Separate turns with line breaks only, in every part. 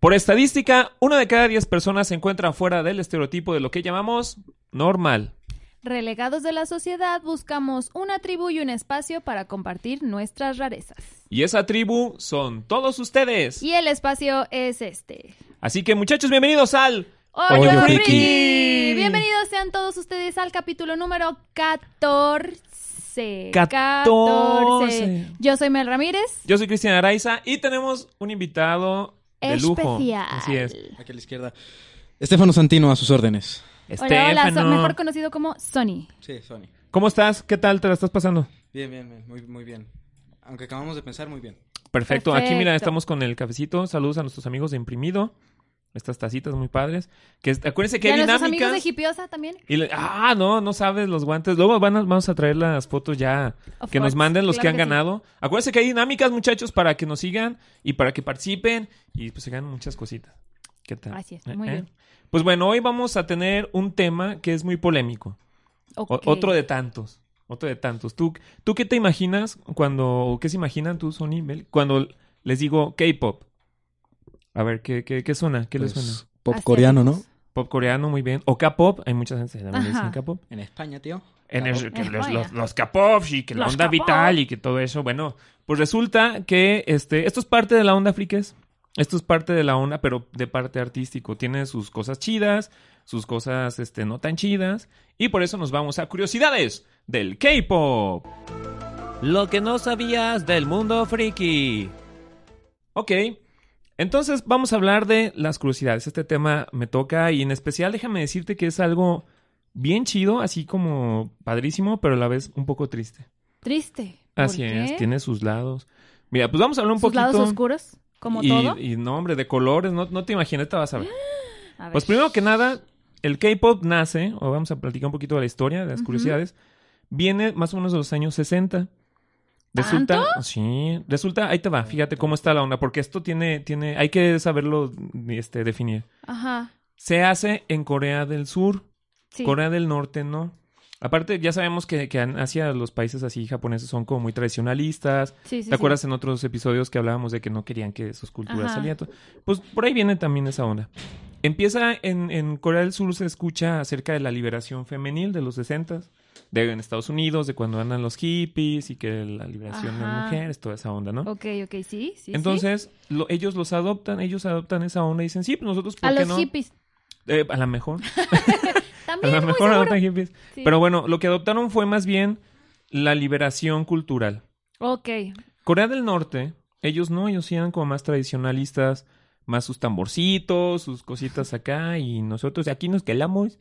Por estadística, una de cada diez personas se encuentra fuera del estereotipo de lo que llamamos normal.
Relegados de la sociedad, buscamos una tribu y un espacio para compartir nuestras rarezas.
Y esa tribu son todos ustedes.
Y el espacio es este.
Así que muchachos, bienvenidos al
Hoyo Friki. Bienvenidos sean todos ustedes al capítulo número 14.
14.
Yo soy Mel Ramírez.
Yo soy Cristian Araiza y tenemos un invitado de lujo.
Especial.
Así es.
Aquí a la izquierda. Estefano Santino a sus órdenes.
Hola, hola, so-
Estefano.
mejor conocido como Sony.
Sí, Sony.
¿Cómo estás? ¿Qué tal te la estás pasando?
Bien, bien, bien. Muy, muy bien. Aunque acabamos de pensar, muy bien.
Perfecto. Aquí mira,
Perfecto.
estamos con el cafecito. Saludos a nuestros amigos de Imprimido. Estas tacitas muy padres. Que est- acuérdense que
y a
hay
nuestros amigos de
dinámicas.
Hipiosa también.
Y le- ah, no, no sabes los guantes. Luego van a- vamos a traer las fotos ya
Of
que nos
course,
manden los
claro
que han
sí.
ganado. Acuérdense que hay dinámicas, muchachos, para que nos sigan y para que participen y pues se ganan muchas cositas. ¿Qué tal?
Así es, muy bien.
Pues bueno, hoy vamos a tener un tema que es muy polémico. O-
Ok.
otro de tantos. Otro de tantos. ¿Tú, ¿Tú qué te imaginas cuando, o qué se imaginan tú, Sony, Mel, cuando les digo K-pop? A ver, ¿qué, qué, qué suena? ¿Qué les
Pues,
suena?
Pop
Asiáticos.
coreano, ¿no?
Pop coreano, muy bien. O K-pop, hay mucha gente que también le dicen
Ajá.
K-pop.
En España, tío.
En
Claro.
el- que
En
los,
España.
los, los K-pop y que la
Los
onda
K-pop.
vital y que todo eso. Bueno, pues resulta que este, esto es parte de la onda friques. Esto es parte de la onda, pero de parte artístico. Tiene sus cosas chidas, sus cosas este, no tan chidas. Y por eso nos vamos a curiosidades del K-pop. Lo que no sabías del mundo friki. Ok. Entonces vamos a hablar de las curiosidades. Este tema me toca y en especial déjame decirte que es algo bien chido, así como padrísimo, pero a la vez un poco triste.
Triste. ¿Por
Así
qué?
es, tiene sus lados. Mira, pues vamos a hablar un
Sus
poquito.
lados oscuros, como
y,
todo.
Y no, hombre, de colores, no, no te imaginas, te vas a ver.
A ver.
Pues primero que nada, el K-pop nace, o vamos a platicar un poquito de la historia, de las
Ujú.
curiosidades, viene más o menos de los años 60. sí, resulta, ahí te va, fíjate cómo está la onda, porque esto tiene, tiene, hay que saberlo este, definir.
Ajá.
Se hace en Corea del Sur,
Sí.
Corea del Norte no. Aparte, ya sabemos que, que en Asia los países así japoneses son como muy tradicionalistas.
Sí, sí,
¿Te
sí.
acuerdas en otros episodios que hablábamos de que no querían que sus culturas
Ajá.
salieran? Pues por ahí viene también esa onda. Empieza en, en Corea del Sur, se escucha acerca de la liberación femenil de los 60 de en Estados Unidos, de cuando andan los hippies y que la liberación de
Ajá.
mujeres, toda esa onda, ¿no?
Ok, ok, sí, sí, sí.
Entonces, lo- ellos los adoptan, ellos adoptan esa onda y dicen, sí, pues nosotros, ¿por
A
qué
los
no?
hippies.
Eh, a lo mejor. A
También,
lo
muy
mejor
seguro.
adoptan hippies.
Sí.
Pero bueno, lo que adoptaron fue más bien la liberación cultural.
Ok.
Corea del Norte, ellos no, ellos sí eran como más tradicionalistas, más sus tamborcitos, sus cositas acá, y nosotros aquí nos quedamos.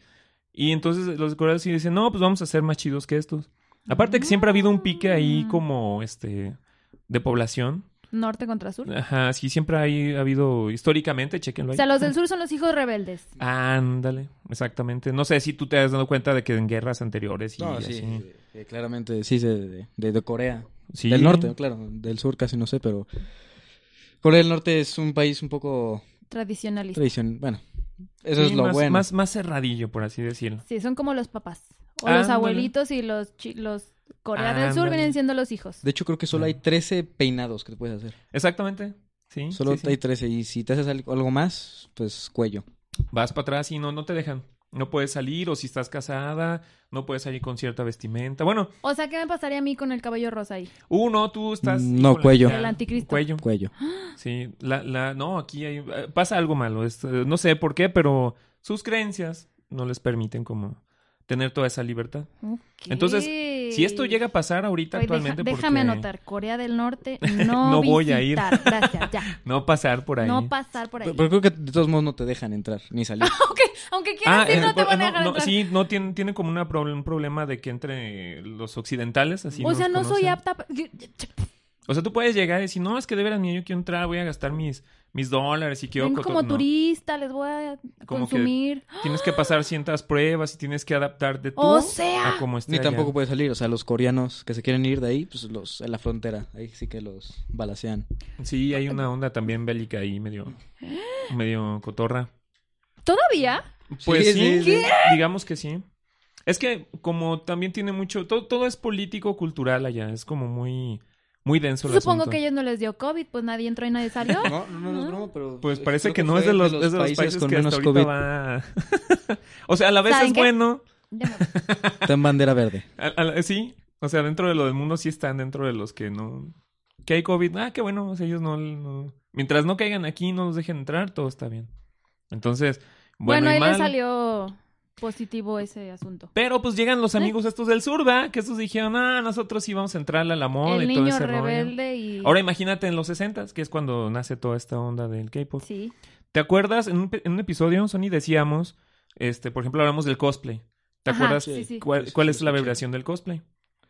Y entonces los coreanos sí dicen, no, pues vamos a ser más chidos que estos. Aparte que siempre ha habido un pique ahí
Mm.
como este de población.
Norte contra sur.
Ajá, sí, siempre hay- ha habido históricamente, chequenlo
O
ahí.
sea, los del sur son los hijos rebeldes.
Ándale, exactamente. No sé si tú te has dado cuenta de que en guerras anteriores y
No,
así.
sí, sí, sí, claramente, sí, de, de- de- de Corea.
Sí.
Del norte, claro. Del sur casi no sé, pero... Corea del Norte es un país un poco
Tradicionalistas.
tradición... Bueno, eso
Sí,
es lo
más,
bueno.
Más, más cerradillo, por así decirlo.
Sí, son como los papás. O
Ándale.
los abuelitos y los, chi- los Corea del Sur
Ándale.
vienen siendo los hijos.
De hecho, creo que solo hay 13 peinados que te puedes hacer.
Exactamente. Sí.
Solo
sí, sí.
hay 13. Y si te haces al- algo más, pues cuello.
Vas para atrás y no, no te dejan. No puedes salir, o si estás casada, no puedes salir con cierta vestimenta. Bueno,
O sea, ¿qué me pasaría a mí con el cabello rosa ahí?
uno, tú estás.
Mm, No,
híjole,
cuello.
ya,
El anticristo.
Cuello.
Cuello.
Sí. La, la, no, aquí hay, eh, pasa algo malo. es, eh, no sé por qué, pero sus creencias no les permiten como tener toda esa libertad.
Ok.
Entonces, Si esto llega a pasar ahorita
Oye, deja-
actualmente, porque
déjame anotar, Corea del Norte, no,
No voy a ir.
visitar. Gracias, ya.
No pasar por ahí.
No pasar por ahí.
Pero, pero creo que de todos modos no te dejan entrar ni salir.
aunque, aunque quieras ir,
eh,
no te
por-
van a
no,
dejar
no,
entrar.
Sí, no tiene, tiene como una prob- un problema de que entre los occidentales así.
o
nos
sea, no soy
conocen.
apta. pa- yo- yo-
O sea, tú puedes llegar y decir, no, es que de veras, mira, yo quiero entrar, voy a gastar mis, mis dólares y quiero...
Ven
coto-".
como
No.
turista, les voy a
Como que-
consumir.
Tienes que pasar ciertas pruebas y tienes que adaptarte tú
O sea.
a como esté
Ni
allá.
tampoco puedes salir. O sea, los coreanos que se quieren ir de ahí, pues los en la frontera. Ahí sí que los balacean.
Sí, hay una onda también bélica ahí, medio, medio cotorra.
¿Todavía?
Pues sí,
Sí, sí, sí.
digamos que sí. Es que como también tiene mucho, todo, todo es político cultural allá, es como muy, muy denso el
Supongo
asunto.
que a ellos no les dio COVID, pues nadie entró y nadie salió.
No, no, no, no es broma, pero.
Pues
eh,
parece
creo
que, no es
fue
de los, es de los países, que hasta ahorita va. o sea, a la vez
¿Saben
es
qué?
bueno.
Ya me voy.
Está en bandera verde.
a- a la- eh, sí. O sea, dentro de lo del mundo sí están dentro de los que no. Que hay COVID. Ah, qué bueno. o sea, ellos no, no- Mientras no caigan aquí y no los dejen entrar, todo está bien. Entonces, bueno,
Bueno,
y
ahí
mal.
le salió positivo ese asunto.
Pero pues llegan los amigos estos del sur, ¿verdad? Que estos dijeron, ah, nosotros sí vamos a entrarle a la moda
El
y todo
niño
ese rollo".
rebelde y...
Ahora imagínate en los 60 que es cuando nace toda esta onda del K-pop.
Sí.
¿Te acuerdas? En un, pe- en un episodio, Sony, decíamos, este, por ejemplo, hablamos del cosplay. ¿Te
Ajá,
acuerdas
Sí, sí.
cuál,
Sí, sí,
cuál
lo
es la
escuché.
vibración del cosplay?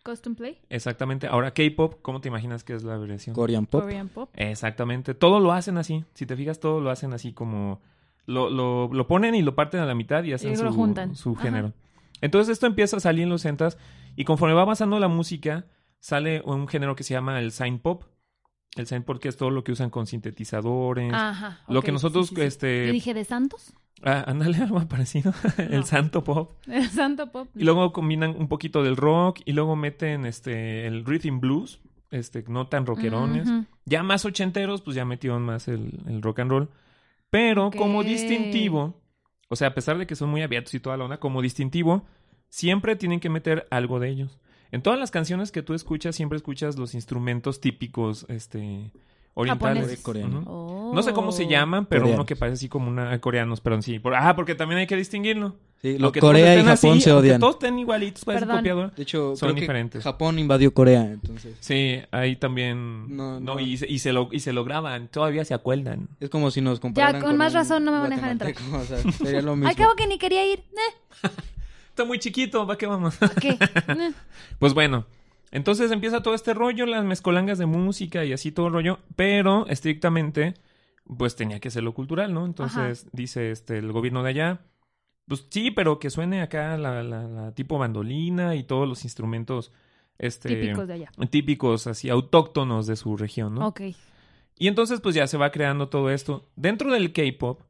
Custom Play.
Exactamente. Ahora, K-pop, ¿cómo te imaginas que es la vibración?
Korean Pop.
Korean Pop.
Exactamente. Todo lo hacen así. Si te fijas, todo lo hacen así como... Lo, lo- lo ponen y lo parten a la mitad y hacen
Y
su,
lo juntan.
su
Ajá.
género. Entonces esto empieza a salir en los 60 y conforme va avanzando la música, sale un género que se llama el synth pop. El synth pop que es todo lo que usan con sintetizadores.
Ajá.
lo
Ah, ok,
que nosotros,
sí, sí, sí.
este...
Yo dije, ¿de Santos?
Ah, ándale, algo parecido.
No.
el santo pop.
De Santo Pop.
Y luego combinan un poquito del rock y luego meten este el rhythm blues, este no tan rockerones.
Ujú.
Ya más ochenteros, pues ya metieron más el, el rock and roll. Pero como
Ok.
distintivo, o sea, a pesar de que son muy abiertos y toda la onda, como distintivo, siempre tienen que meter algo de ellos. En todas las canciones que tú escuchas, siempre escuchas los instrumentos típicos, este, orientales.
Japoneses.
Coreano.
Ujú.
Oh.
No sé cómo se llaman, pero uno
Coreanos.
que parece así como una ah, coreanos, pero sí. Por- ah, porque también hay que distinguirlo.
Sí, lo-
Aunque todos
Corea y
estén
Japón
así,
se
aunque
odian.
Todos estén igualitos, parecen
Perdón.
copiador.
De hecho,
Son
creo que
diferentes.
Japón invadió Corea, entonces.
Sí, ahí también. No,
No, no.
Y, se- y se lo, y se lo graban, todavía se acuerdan.
Es como si nos compararan
con más razón no me van a dejar entrar.
guatemalteco, o sea, sería lo mismo.
Al cabo que ni quería ir. Eh,
Está muy chiquito, ¿va qué vamos?
¿pa' ¿Qué? Eh.
pues bueno. Entonces empieza todo este rollo, las mezcolangas de música y así todo el rollo, pero estrictamente, pues tenía que ser lo cultural, ¿no? Entonces dice este el gobierno de allá, pues sí, pero que suene acá la, la- la tipo bandolina y todos los instrumentos este,
Típicos de allá.
típicos, así autóctonos de su región, ¿no?
Ok.
Y entonces pues ya se va creando todo esto. Dentro del K-Pop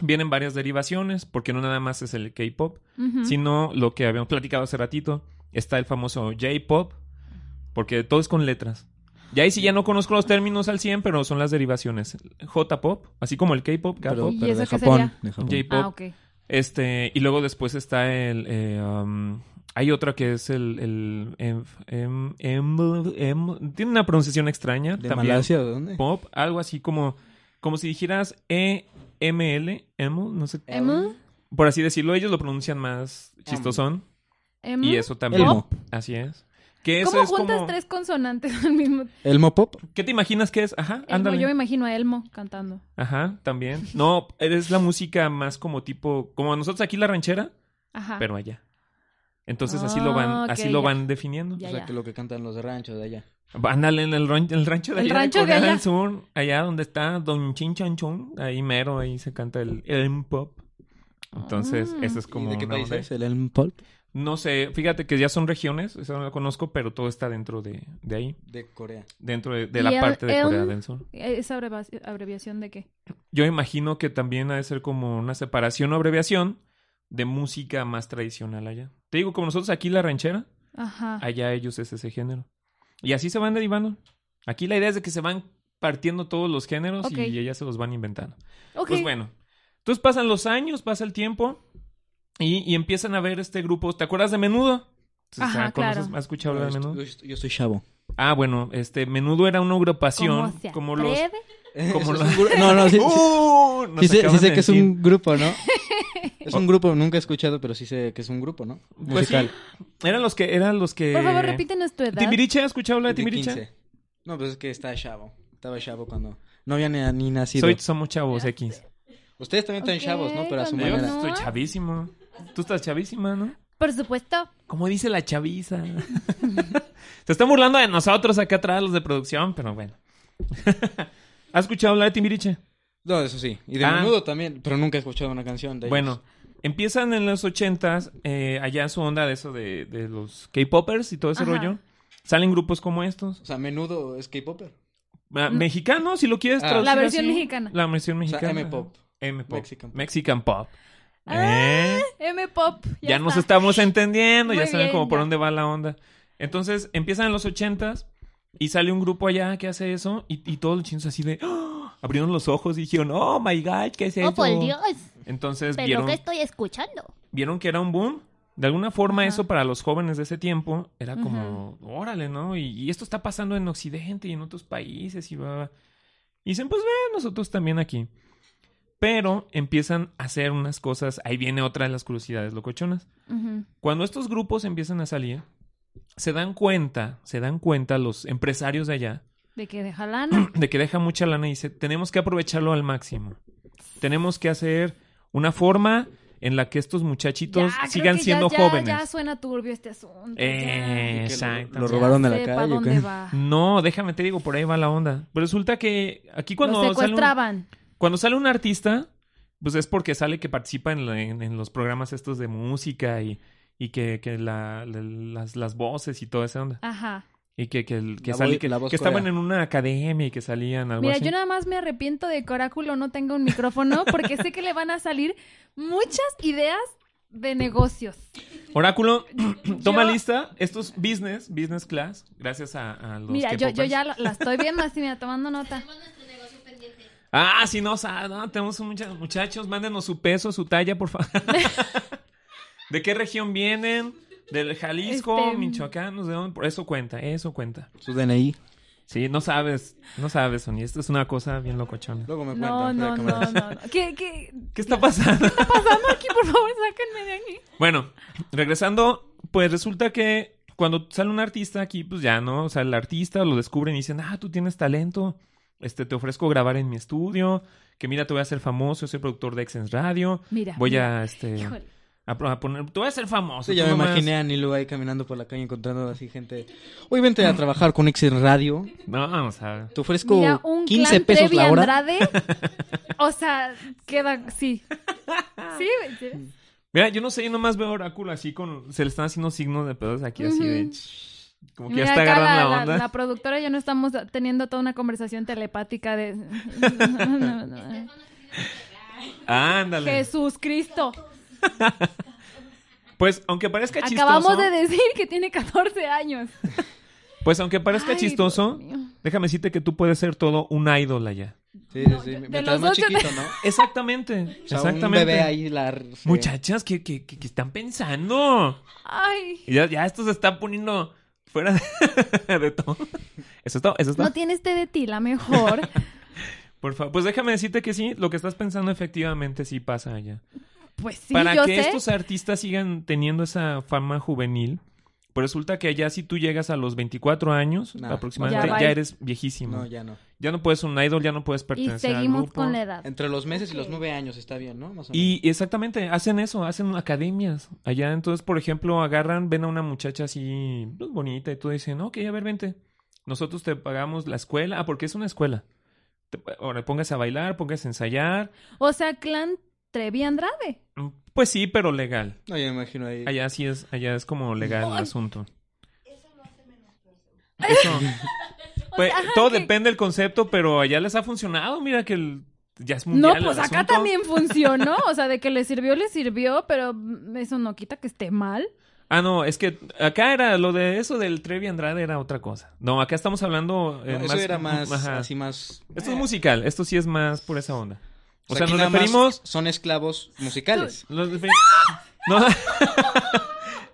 vienen varias derivaciones, porque no nada más es el K-Pop,
Ujú.
sino lo que habíamos platicado hace ratito, está el famoso J-Pop, porque todo es con letras. Y ahí sí ya no conozco los términos al 100, pero son las derivaciones. J-Pop, así como el K-Pop,
Pero,
K-Pop,
¿Y
pero
eso
de
qué
Japón.
sería?
De Japón.
J-Pop.
Ah, ok.
Este, y luego después está el... eh, um, hay otra que es el... el em- em- em- em- tiene una pronunciación extraña.
¿De
también
Malasia? ¿De dónde?
pop, algo así como, como si dijeras EML, emo, no sé,
Emu,
por así decirlo, ellos lo pronuncian más
Em.
chistosón
emu.
y eso también.
Elmo.
Así es. Que eso
¿Cómo
es
juntas
como
tres consonantes al mismo tiempo?
¿Elmo Pop?
¿Qué te imaginas que es? Ajá,
Elmo,
ándale.
yo me imagino a Elmo cantando.
Ajá, también. No, es la música más como tipo como nosotros aquí la ranchera,
Ajá.
pero allá. Entonces así lo van,
Ah, ok,
así lo
ya.
van definiendo.
Ya,
o sea,
ya.
que lo que cantan los de rancho de allá.
Ándale en el, ron- el rancho de
El
allá,
rancho
de
de
Corea
allá.
del Sur, allá donde está Don Chin Chan Chun, ahí mero, ahí se canta el Elm Pop. Entonces,
Ah.
eso es como
¿Y de qué
una
país
onda.
es? ¿El Elmo Pop?
No sé, fíjate que ya son regiones, eso no lo conozco, pero todo está dentro de, de ahí,
De Corea.
dentro de, de
¿Y
la
el
parte de Corea
Elm?
del Sur.
¿Esa abreva- abreviación de qué?
Yo imagino que también ha de ser como una separación o abreviación de música más tradicional allá. Te digo, como nosotros aquí la ranchera,
Ajá.
allá ellos es ese género. Y así se van derivando. Aquí la idea es de que se van partiendo todos los géneros
Ok.
y ellas se los van inventando.
Ok.
Pues bueno. Entonces pasan los años, pasa el tiempo y, y empiezan a ver este grupo. ¿Te acuerdas de Menudo?
Ajá, claro.
¿Has escuchado hablar de
yo,
Menudo?
estoy- yo estoy chavo.
Ah, bueno, este Menudo era una agrupación
¿Cómo se
como los
atreve?
Eso
lo-
es un gru- No, no, sí, sí,
¡Uh! Nos
sí sé, sí
acaban
sé
de
que es
decir.
un grupo, ¿no? Es un grupo, nunca he escuchado, pero sí sé que es un grupo, ¿no?
Pues sí,
Musical.
eran los que, eran los que...
Por favor, repite nuestra edad.
¿Timbiriche? ¿Has escuchado hablar de
De
Timbiriche?
15. No, pues es que está chavo. Estaba chavo cuando no había ni, ni nacido.
Soy, somos chavos X.
Ustedes también están
Ok,
chavos, ¿no? Pero a su
cuando
Yo
manera.
no.
estoy chavísimo. Tú estás chavísima, ¿no?
Por supuesto.
Como dice la chaviza. Se están burlando de nosotros acá atrás, los de producción, pero bueno. ¿Has escuchado hablar de Timbiriche?
No, eso sí. Y de
Ah.
menudo también, pero nunca he escuchado una canción de ellos.
Bueno, empiezan en los ochentas, eh, allá en su onda de eso de, de los K-Poppers y todo ese
Ajá.
rollo. Salen grupos como estos.
O sea, menudo es K-Popper.
Ah, Mexicanos, si lo quieres
Ah.
traducir
La versión
así.
mexicana.
La versión
sea,
mexicana.
M-pop.
M-pop. Mexican
Mexican
pop.
pop.
Ah,
¿Eh?
M-pop.
ya nos estamos entendiendo, ya
Muy
saben
bien,
como por
ya.
dónde va la onda. Entonces empiezan en los ochentas y sale un grupo allá que hace eso y, y todos los chinos así de ¡Ah! abrieron los ojos y dijeron, oh my god, ¿qué es eso?
Oh, por Dios.
Entonces
¿Pero
vieron,
qué estoy escuchando?
vieron que era un boom. De alguna forma
Ajá.
eso para los jóvenes de ese tiempo era como, órale, ¿no? Y, y esto está pasando en Occidente y en otros países y va. va. Y dicen, pues ve, nosotros también aquí. Pero empiezan a hacer unas cosas, ahí viene otra de las curiosidades locochonas.
Ujú.
Cuando estos grupos empiezan a salir, se dan cuenta, se dan cuenta los empresarios de allá
De que de jalana.
de que deja mucha lana y dice, tenemos que aprovecharlo al máximo. Tenemos que hacer una forma en la que estos muchachitos
Ya, creo
sigan
que ya-
siendo
ya-
jóvenes.
Ya suena turbio este asunta.
Eh,
Y que lo-
exacto.
Lo robaron de
de
la calle. ¿o qué?
dónde va.
No, déjame te digo, por ahí va la onda. Pero resulta que aquí cuando
Lo
sale un-
secuestraban.
cuando sale un artista, pues es porque sale que participa en, la- en- en los programas estos de música y, y que, que la- la- las, las voces y toda esa onda.
Ajá.
Y que, que, el- que,
La
sali-
voz-
que,
la voz
que estaban
corea.
en una academia y que salían algo
Mira,
así.
yo nada más me arrepiento de que Oráculo no tenga un micrófono porque sé que le van a salir muchas ideas de negocios.
Oráculo, toma
yo-
lista. Estos business, business class, gracias a, a los
Mira, yo, yo
K-popers.
ya lo- la estoy viendo así, mira, tomando nota.
Ah, si no, o sea, no, tenemos un mucha- muchachos, mándenos su peso, su talla, por favor. ¿De qué región vienen? ¿Del Jalisco,
Este,
Michoacán? No sé dónde. Por eso cuenta, eso cuenta.
Su DNI.
Sí, no sabes, no sabes, Sony. Esto es una cosa bien locochona.
Luego me
No,
cuentan. fuera
no,
de
no,
cámaras.
no. no. ¿Qué, qué?
¿Qué está pasando?
Pasando aquí, por favor, sáquenme de aquí.
Bueno, regresando, pues resulta que cuando sale un artista aquí, pues ya, ¿no? O sea, el artista lo descubren y dicen, ah, tú tienes talento, este, te ofrezco grabar en mi estudio, que mira, te voy a hacer famoso, soy productor de Exens Radio,
Mira.
voy a, este,
Híjole.
a, pro- a poner, te voy a hacer famoso.
Sí, ya
Pues tú
me
nomás".
imaginé a Nilo ahí caminando por la calle encontrando así gente. Hoy vente a trabajar con X Radio.
No, o sea,
Te ofrezco
Mira, un
15
clan
pesos
Trevi
la hora.
Andrade. O sea, queda, sí. Sí, ¿sí?
mira, yo no sé, yo nomás veo oráculo así con, se le están haciendo signos de pedos aquí, así de, "Shh", como que
Mira,
ya está
acá
agarrando la,
la,
onda.
la productora ya no estamos teniendo toda una conversación telepática de...
Ándale.
Jesús Cristo.
Pues, aunque parezca chistoso.
Acabamos de decir que tiene 14 años.
Pues aunque parezca
Ay,
chistoso,
Dios mío.
déjame decirte que tú puedes ser todo un ídolo ya.
Sí, sí, sí.
de
Mientras
los
más
dos yo te-
chiquito, ¿no?
Exactamente,
O sea,
exactamente.
un bebé ahí la... sí.
Muchachas, ¿qué, qué, qué- qué están pensando?
Ay.
Y Ya, ya esto se está poniendo fuera de, de todo. Eso está, eso está.
No tienes té de ti, la mejor.
Por favor, pues déjame decirte que sí, lo que estás pensando efectivamente sí pasa allá.
Pues sí,
Para
yo
que
sé.
estos artistas sigan teniendo esa fama juvenil, pues resulta que allá si tú llegas a los 24 años
Nah.
aproximadamente,
Ya,
ya,
bye.
eres viejísimo.
No,
ya.
ya no.
no puedes ser un idol, ya no puedes
Y
pertenecer al
seguimos
grupo.
con la edad.
Entre los meses y los nueve años está bien, ¿no? Más o menos.
Y exactamente, hacen eso, hacen academias allá. Entonces, por ejemplo, agarran, ven a una muchacha así pues, bonita y tú dicen, ok, a ver, vente. Nosotros te pagamos la escuela. Ah, porque es una escuela. Te- Ahora, póngase a bailar, póngase a ensayar.
O sea, clan Trevi Andrade.
Mm, Pues sí, pero legal.
No, yo me imagino ahí.
Allá sí es, allá es como legal el asunto. Eso Pues,
sea, ajá,
todo
que-
depende del concepto, pero allá les ha funcionado. Mira que el- ya es
No,
mundial el
pues acá
asunto.
también funcionó. O sea, de que le sirvió, le sirvió, pero mm, eso no quita que esté mal.
Ah, no, es que acá era lo de eso del Trevi Andrade era otra cosa. No, acá estamos hablando.
No,
eh,
eso era más,
ajá.
así más...
Esto es musical, esto sí es más por esa onda. O sea,
aquí
nos
nada más
referimos.
Son esclavos musicales.
nos referi- No,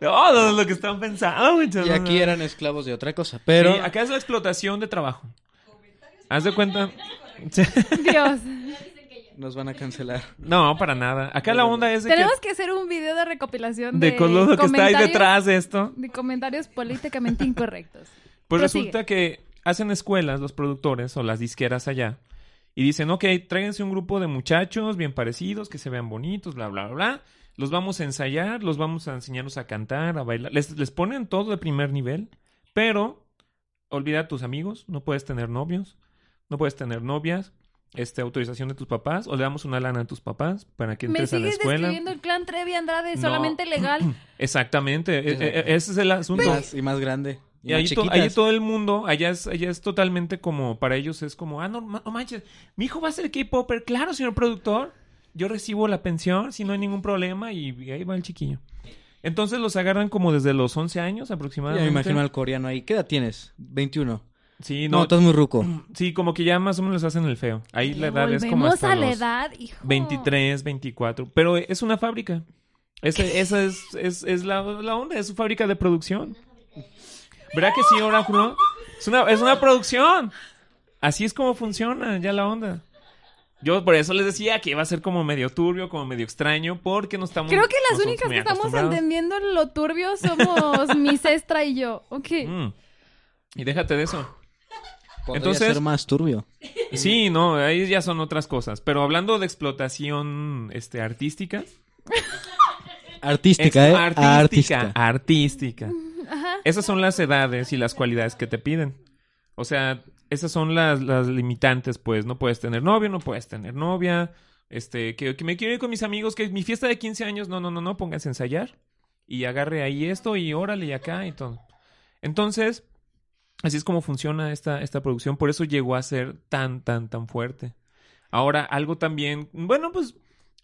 no, no, lo que están pensando, muchachos.
Y aquí eran esclavos de otra cosa. Pero
Sí, acá es la explotación de trabajo. ¿Haz de cuenta?
Dios.
Nos van a cancelar.
No, para nada. Acá la onda es de que,
Tenemos que hacer un video de recopilación de,
de con lo que está ahí
comentarios-
detrás de esto.
De comentarios políticamente incorrectos.
Pues
Prosigue.
resulta que hacen escuelas los productores o las disqueras allá y dicen, ok, tráiganse un grupo de muchachos bien parecidos, que se vean bonitos, bla, bla, bla, bla. Los vamos a ensayar, los vamos a enseñarnos a cantar, a bailar. Les, les ponen todo de primer nivel, pero olvida a tus amigos, no puedes tener novios, no puedes tener novias, este, autorización de tus papás, o le damos una lana a tus papás para que
Me
entres a la
sigues
escuela.
describiendo el clan Trevi Andrade,
No.
solamente legal.
Exactamente, e- e- e- ese es el asunto.
Y más- y más grande. Y,
Y
más
ahí, to-
chiquitas.
ahí todo el mundo, allá es, allá es totalmente como, para ellos es como, ah, no, ma- no manches, mi hijo va a ser K-Popper, claro, señor productor, yo recibo la pensión si no hay ningún problema y, y ahí va el chiquillo. Entonces los agarran como desde los 11 años
Ya
aproximadamente.
me imagino al coreano ahí. ¿Qué edad tienes? 21.
Sí, no,
No,
Mm.
estás muy ruco.
sí, como que ya más o menos les hacen el feo. Ahí la edad es como
Volvemos
hasta
a la
los
edad, hijo.
23, 24, pero es una fábrica. Ese- esa es, es, es la, la onda, es su fábrica de producción. ¿Verdad que sí, Oráculo? Es una, es una producción. Así es como funciona ya la onda. Yo por eso les decía que iba a ser como medio turbio, como medio extraño, porque no estamos.
Creo que
no
las
somos
únicas
muy
que estamos
acostumbrados.
entendiendo lo turbio somos mi cestra y yo. Ok.
Mm. Y déjate de eso.
Podría
Entonces-
ser más turbio.
Sí, no, ahí ya son otras cosas. Pero hablando de explotación este, artística,
Artística, ¿eh?
Artística,
Artística.
artística.
Ajá.
Esas son las edades y las cualidades que te piden. O sea, esas son las, las limitantes, pues. No puedes tener novio, no puedes tener novia. Este, que, que me quiero ir con mis amigos, que mi fiesta de 15 años, no, no, no, no, pónganse a ensayar. Y agarre ahí esto y órale y acá y todo. Entonces, así es como funciona esta, esta producción. Por eso llegó a ser tan, tan, tan fuerte. Ahora, algo también, bueno, pues,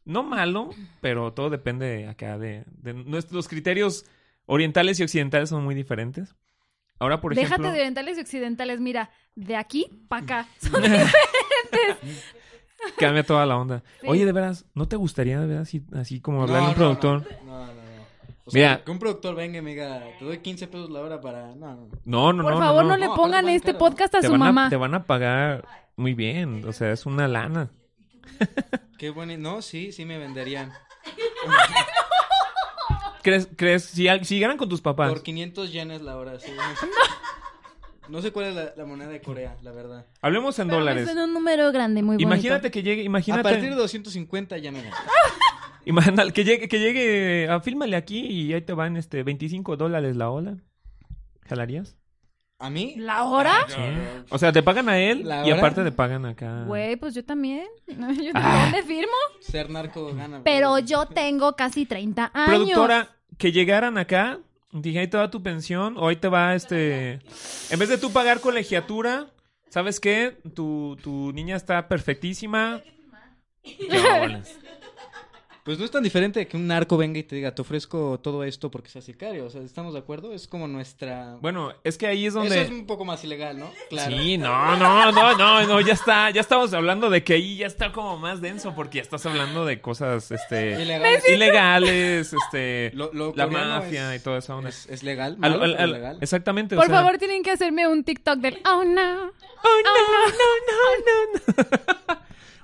no malo, pero todo depende acá de, de nuestros criterios orientales y occidentales son muy diferentes. Ahora, por
Déjate
ejemplo,
de orientales y occidentales. Mira, de aquí para acá. Son-
cambia toda la onda.
Sí.
Oye, de veras, ¿no te gustaría de veras así, así como
No,
hablar a un
no,
productor?
No, no, no. O
sea, Mira.
que un productor venga y me diga, te doy 15 pesos la hora para... No, no.
No, no,
Por
no,
favor, no,
no,
le
No,
pongan
aparte
este
van caras.
podcast a
te
su
van
mamá.
A, te van a pagar muy bien, o sea, es una lana.
Qué bueno. No, sí, sí me venderían.
¿Crees, crees si, al- si llegaran con tus papás?
Por 500 yenes la hora, sí. No sé cuál es la, la moneda de Corea, la verdad.
Hablemos en
Pero me
dólares.
suena un número grande, muy bonito.
Imagínate que llegue,
A
imagínate,
partir de 250 ya me gané.
imagínate que llegue, que llegue, a, fílmale aquí y ahí te van este 25 dólares la ola. ¿Jalarías?
¿A mí?
¿La hora?
Sí. O sea, te pagan a él
¿La
y
hora?
aparte te pagan acá.
Güey, pues yo también. No, yo-
Ah.
¿Dónde firmo?
Ser narco gana.
Pero yo tengo casi 30 años.
productora que llegaran acá, dije, ahí te va tu pensión, o ahí te va este... En vez de tú pagar colegiatura, ¿sabes qué? Tu, tu niña está perfectísima. Ya, bolas.
Pues no es tan diferente que un narco venga y te diga, te ofrezco todo esto porque seas sicario. O sea, ¿estamos de acuerdo? Es como nuestra...
bueno, es que ahí es
Eso
donde...
es un poco más ilegal, ¿no? Claro.
Sí, no, no, no, no, no, ya está, ya estamos hablando de que ahí ya está como más denso porque ya estás hablando de cosas, este,
Ilegal. es-
ilegales, este,
Lo- lo
la
coreano
mafia
es-
y toda esa onda.
Es, es legal,
Al-
malo,
al-
pero
al-
legal.
exactamente, o
Por
sea-
favor, tienen que hacerme un TikTok del oh no.
Oh, no, no, no, no, no.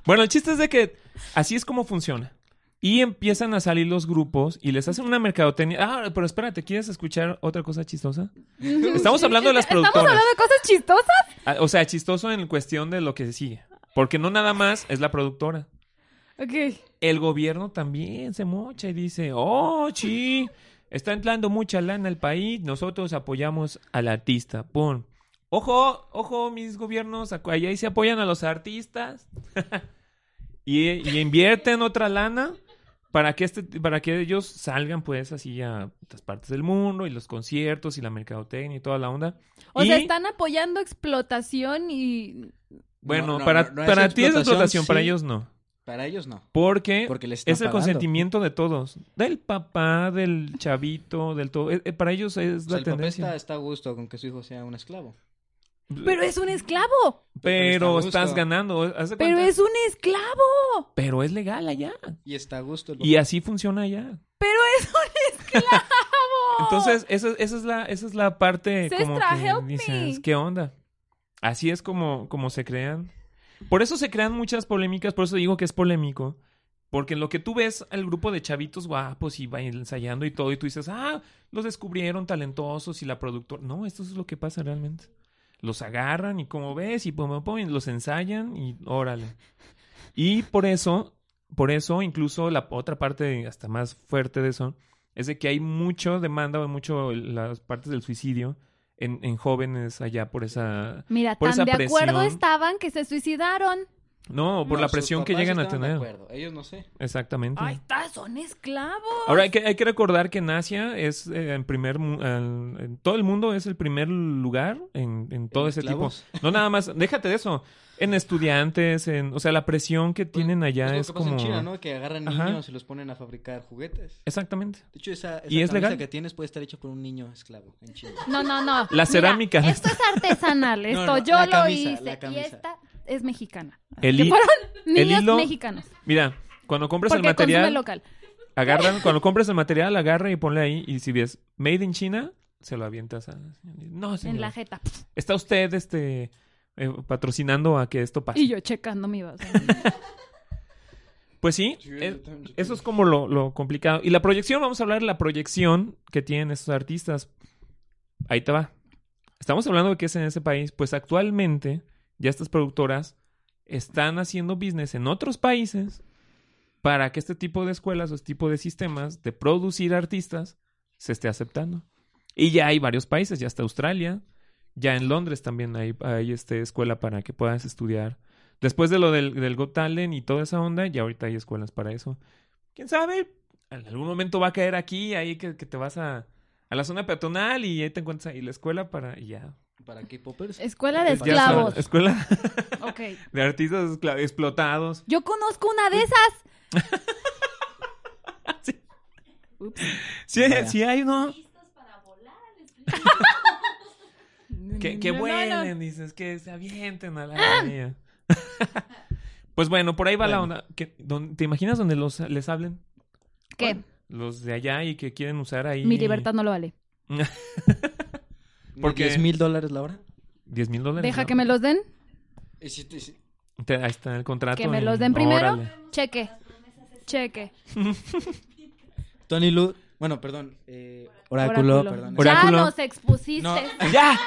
bueno, el chiste es de que así es como funciona. Y empiezan a salir los grupos y les hacen una mercadotecnia. Ah, pero espérate, ¿quieres escuchar otra cosa chistosa? Estamos hablando de las
¿Estamos
productoras.
hablando de cosas chistosas?
Ah, O sea, chistoso en cuestión de lo que sigue. Porque no nada más es la productora.
Ok.
El gobierno también se mocha y dice, oh, sí, está entrando mucha lana al país, nosotros apoyamos al artista. Pum. Ojo, ojo, mis gobiernos, acu- ahí ahí se apoyan a los artistas y, y invierten otra lana para que, este, para que ellos salgan pues así a otras partes del mundo y los conciertos y la mercadotecnia y toda la onda.
O
Y,
sea, están apoyando explotación y...
Bueno,
No, no,
para,
no, no es
para ti es
explotación,
explotación, para
sí.
ellos no.
Para ellos no.
Porque,
Porque les están
es el
pagando.
consentimiento de todos. Del papá, del chavito, del todo. Eh, eh, para ellos es
O sea,
la
el papá está,
tendencia.
está a gusto con que su hijo sea un esclavo.
Pero es un esclavo.
Pero
Pero está a
estás
gusto.
ganando. eh, haz de
Pero
cuenta.
es un esclavo.
Pero es legal allá.
Y está a gusto el
Y así funciona allá.
Pero es un esclavo.
Entonces, esa, esa, es, la, esa es la parte como
Sestra, help
que dices,
me.
¿qué onda? Así es como, como se crean. Por eso se crean muchas polémicas, por eso digo que es polémico. Porque en lo que tú ves al grupo de chavitos guapos y va ensayando y todo, y tú dices, ah, los descubrieron talentosos y la productora. No, esto es lo que pasa realmente. Los agarran y como ves, y pum, pum, pum, y los ensayan y órale. Y por eso, por eso, incluso la otra parte hasta más fuerte de eso, es de que hay mucho demanda o mucho las partes del suicidio en, en jóvenes allá por esa.
Mira,
Por
tan
esa
de acuerdo
presión.
estaban que se suicidaron.
No, por
No,
la
sus
presión que
papás
llegan a
estaban de
tener.
acuerdo, Ellos no sé.
Exactamente.
Ahí está, son esclavos.
Ahora hay que, hay que recordar que en Asia es eh, en primer mu- al- en todo el mundo es el primer lugar en, en todo
¿En
ese
esclavos?
tipo. No nada más, déjate de eso. En estudiantes, en, o sea, la presión que tienen allá
lo
es,
que pasa
como
en China, ¿no? Que agarran
Ajá.
niños y los ponen a fabricar juguetes.
Exactamente.
De hecho, esa, esa
¿Y es
camisa
legal?
que tienes puede estar hecha por un niño esclavo en China.
No, no, no.
La cerámica.
esto es artesanal, esto
no,
yo
la
lo
camisa, la
hice. Y
camisa.
esta es mexicana.
Ah.
El
Que
hi-
fueron
el
niños
hilo-
mexicanos.
Mira, cuando compras
Porque
el material,
consume local.
agarran, cuando compras el material, agarra y ponle ahí y si ves made in China, se lo avientas a No,
En la
señor.
jeta.
Está usted este eh, patrocinando a que esto pase.
Y yo checando mi vaso.
Pues sí, es- eso es como lo, lo complicado. Y la proyección, vamos a hablar de la proyección que tienen estos artistas. Ahí te va. Estamos hablando de que es en ese país, pues actualmente ya estas productoras están haciendo business en otros países para que este tipo de escuelas o este tipo de sistemas de producir artistas se esté aceptando. Y ya hay varios países, ya está Australia, ya en Londres también hay, hay este, escuela para que puedas estudiar. Después de lo del, del Got Talent y toda esa onda, ya ahorita hay escuelas para eso. ¿Quién sabe? En algún momento va a caer aquí, ahí que, que te vas a, a la zona peatonal y ahí te encuentras ahí la escuela para... y ya.
¿Para qué poppers?
Escuela de
Es- ya
Ya saben,
esclavos.
escuela
Ok.
de artistas escla- explotados.
Yo conozco una de esas.
Sí, sí hay, ¿no? Que, que
No, no,
vuelen, dices, que se avienten a la avenida. pues bueno, por ahí va la
Bueno.
onda. Que, don- ¿Te imaginas donde los, les hablen?
¿Qué?
Los de allá y que quieren usar ahí...
Mi libertad no lo vale.
Porque-
Porque es mil dólares la hora.
10 mil dólares.
Deja
¿no?
que me los den.
Y si te- si-
Te- ahí está el contrato.
Que me
y-
los den primero.
órale.
Cheque. Cheque.
Tony Lu, bueno, perdón, eh, oráculo, perdón.
Ora-
Ya
Oráculo.
nos expusiste.
No.
¡Ya!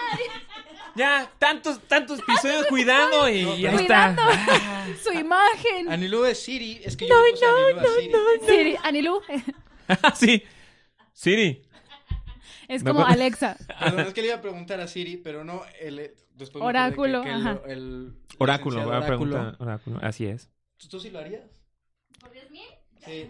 ¡Ya! Tantos, tantos episodios cuidando y ahí
Cuidando
está.
su imagen.
Anilú es Siri, es que yo le puse Anilú a Siri.
Siri, Anilú.
sí. Siri.
Es
Me
como
acuerdo-
Alexa.
Perdón, es que le iba a preguntar a Siri, pero no el eh, después me
Oráculo,
acordé que- que
ajá.
el, el
Oráculo,
licenciado
va a
oráculo-
preguntar. Oráculo. Así es.
¿Tú, tú sí lo harías? ¿Por 10 mil? Ah, Sí.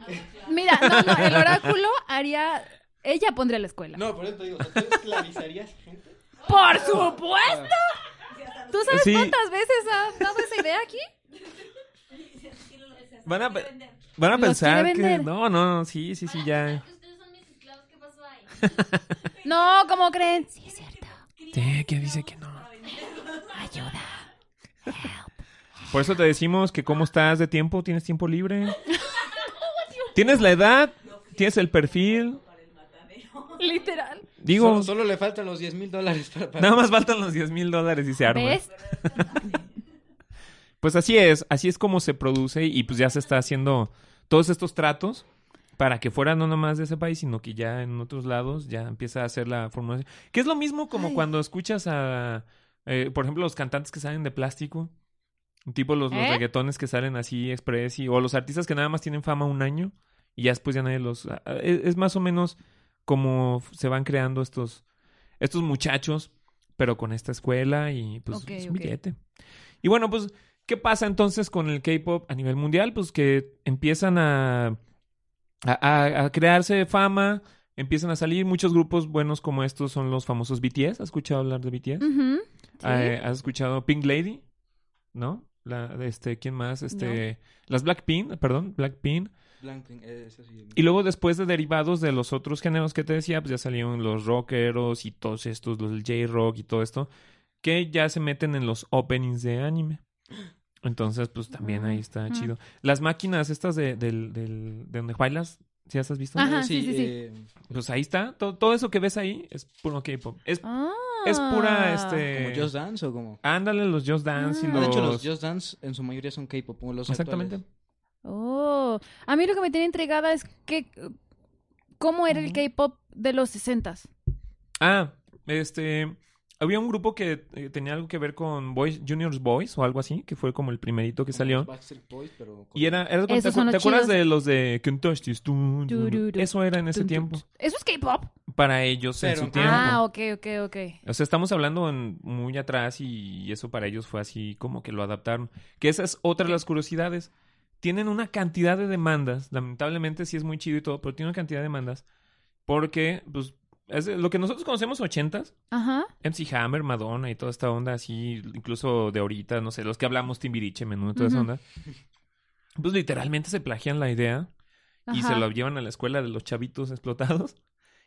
Mira, no, no, el oráculo haría. Ella pondría la escuela.
No, por eso te digo, o sea, ¿tú esclavizarías gente?
¡Por supuesto! ¿Tú sabes
Sí.
cuántas veces ha dado esa idea aquí?
Van a, pe- van a
Los
pensar
quiere
que.
vender.
No, no, no, sí, sí, sí, ya.
Ustedes son mis esclavos, ¿qué pasó ahí?
No, ¿cómo creen? Sí, es cierto.
Sí, que dice que no.
Ayuda.
Por eso te decimos que cómo estás de tiempo, tienes tiempo libre. Tienes la edad, tienes el perfil.
Literal.
Digo,
Solo, solo le faltan los 10 mil dólares para... para-
nada más faltan los 10 mil dólares y se arma.
¿Ves?
Pues así es, así es como se produce y pues ya se está haciendo todos estos tratos para que fuera no nomás de ese país, sino que ya en otros lados ya empieza a hacer la formulación. Que es lo mismo como cuando escuchas a, eh, por ejemplo, los cantantes que salen de plástico, tipo los, los
¿Eh?
reggaetones que salen así express y, o los artistas que nada más tienen fama un año y ya después ya nadie los... a- a- Es, es más o menos como se van creando estos, estos muchachos, pero con esta escuela y pues
Ok,
es un
ok.
billete. Y bueno, pues, ¿qué pasa entonces con el K-pop a nivel mundial? Pues que empiezan a, a, a- a crearse fama, empiezan a salir muchos grupos buenos como estos son los famosos BTS. ¿Has escuchado hablar de BTS?
Ujú, Mm, sí.
Eh, ¿Has escuchado Pink Lady? ¿No? La, este, ¿Quién más? Este, Las Blackpink, perdón, Blackpink.
Blanco, eh, eso sí.
Y luego después de derivados de los otros géneros que te decía, pues ya salieron los rockeros y todos estos, los J-Rock y todo esto, que ya se meten en los openings de anime. Entonces, pues también ahí está
Mm.
Ujú.
chido. Las máquinas estas de, del- del- de donde bailas ¿Sí las has visto?
Ajá, sí, sí, sí.
eh,
Pues ahí está. Todo, todo eso que ves ahí es puro K-pop. Es,
Ah.
es pura, este...
Como Just Dance o como...
Ándale, los Just Dance y
Ah.
los...
De hecho, los Just Dance en su mayoría son K-pop. como los
Exactamente.
actuales.
Oh, a mí lo que me tiene intrigada es que cómo era el K-pop de los 60s.
Ah, este... Había un grupo que eh, tenía algo que ver con Boys, Juniors Boys o algo así, que fue como el primerito que
Como
salió.
los Backstreet Boys, pero... con-
Y era, era- ¿te,
Esos son
acu-
los
te acuerdas
chidos.
de los de Can't Touch This? Tun, tun, tun.
Tururu.
Eso era en ese
Tun, tun,
tiempo.
¿Eso es K-pop?
Para ellos en
Pero-
su tiempo.
Ah, ok, ok, ok.
O sea, estamos hablando en- muy atrás y eso para ellos fue así como que lo adaptaron. Que esa es otra de las curiosidades. Tienen una cantidad de demandas. Lamentablemente sí es muy chido y todo, pero tiene una cantidad de demandas. Porque, pues, es de- lo que nosotros conocemos ochentas,
Ajá.
MC Hammer, Madonna y toda esta onda así, incluso de ahorita, no sé, los que hablamos Timbiriche, menudo, toda esa
Ujú.
onda. Pues literalmente se plagian la idea y
ajá.
se lo llevan a la escuela de los chavitos explotados.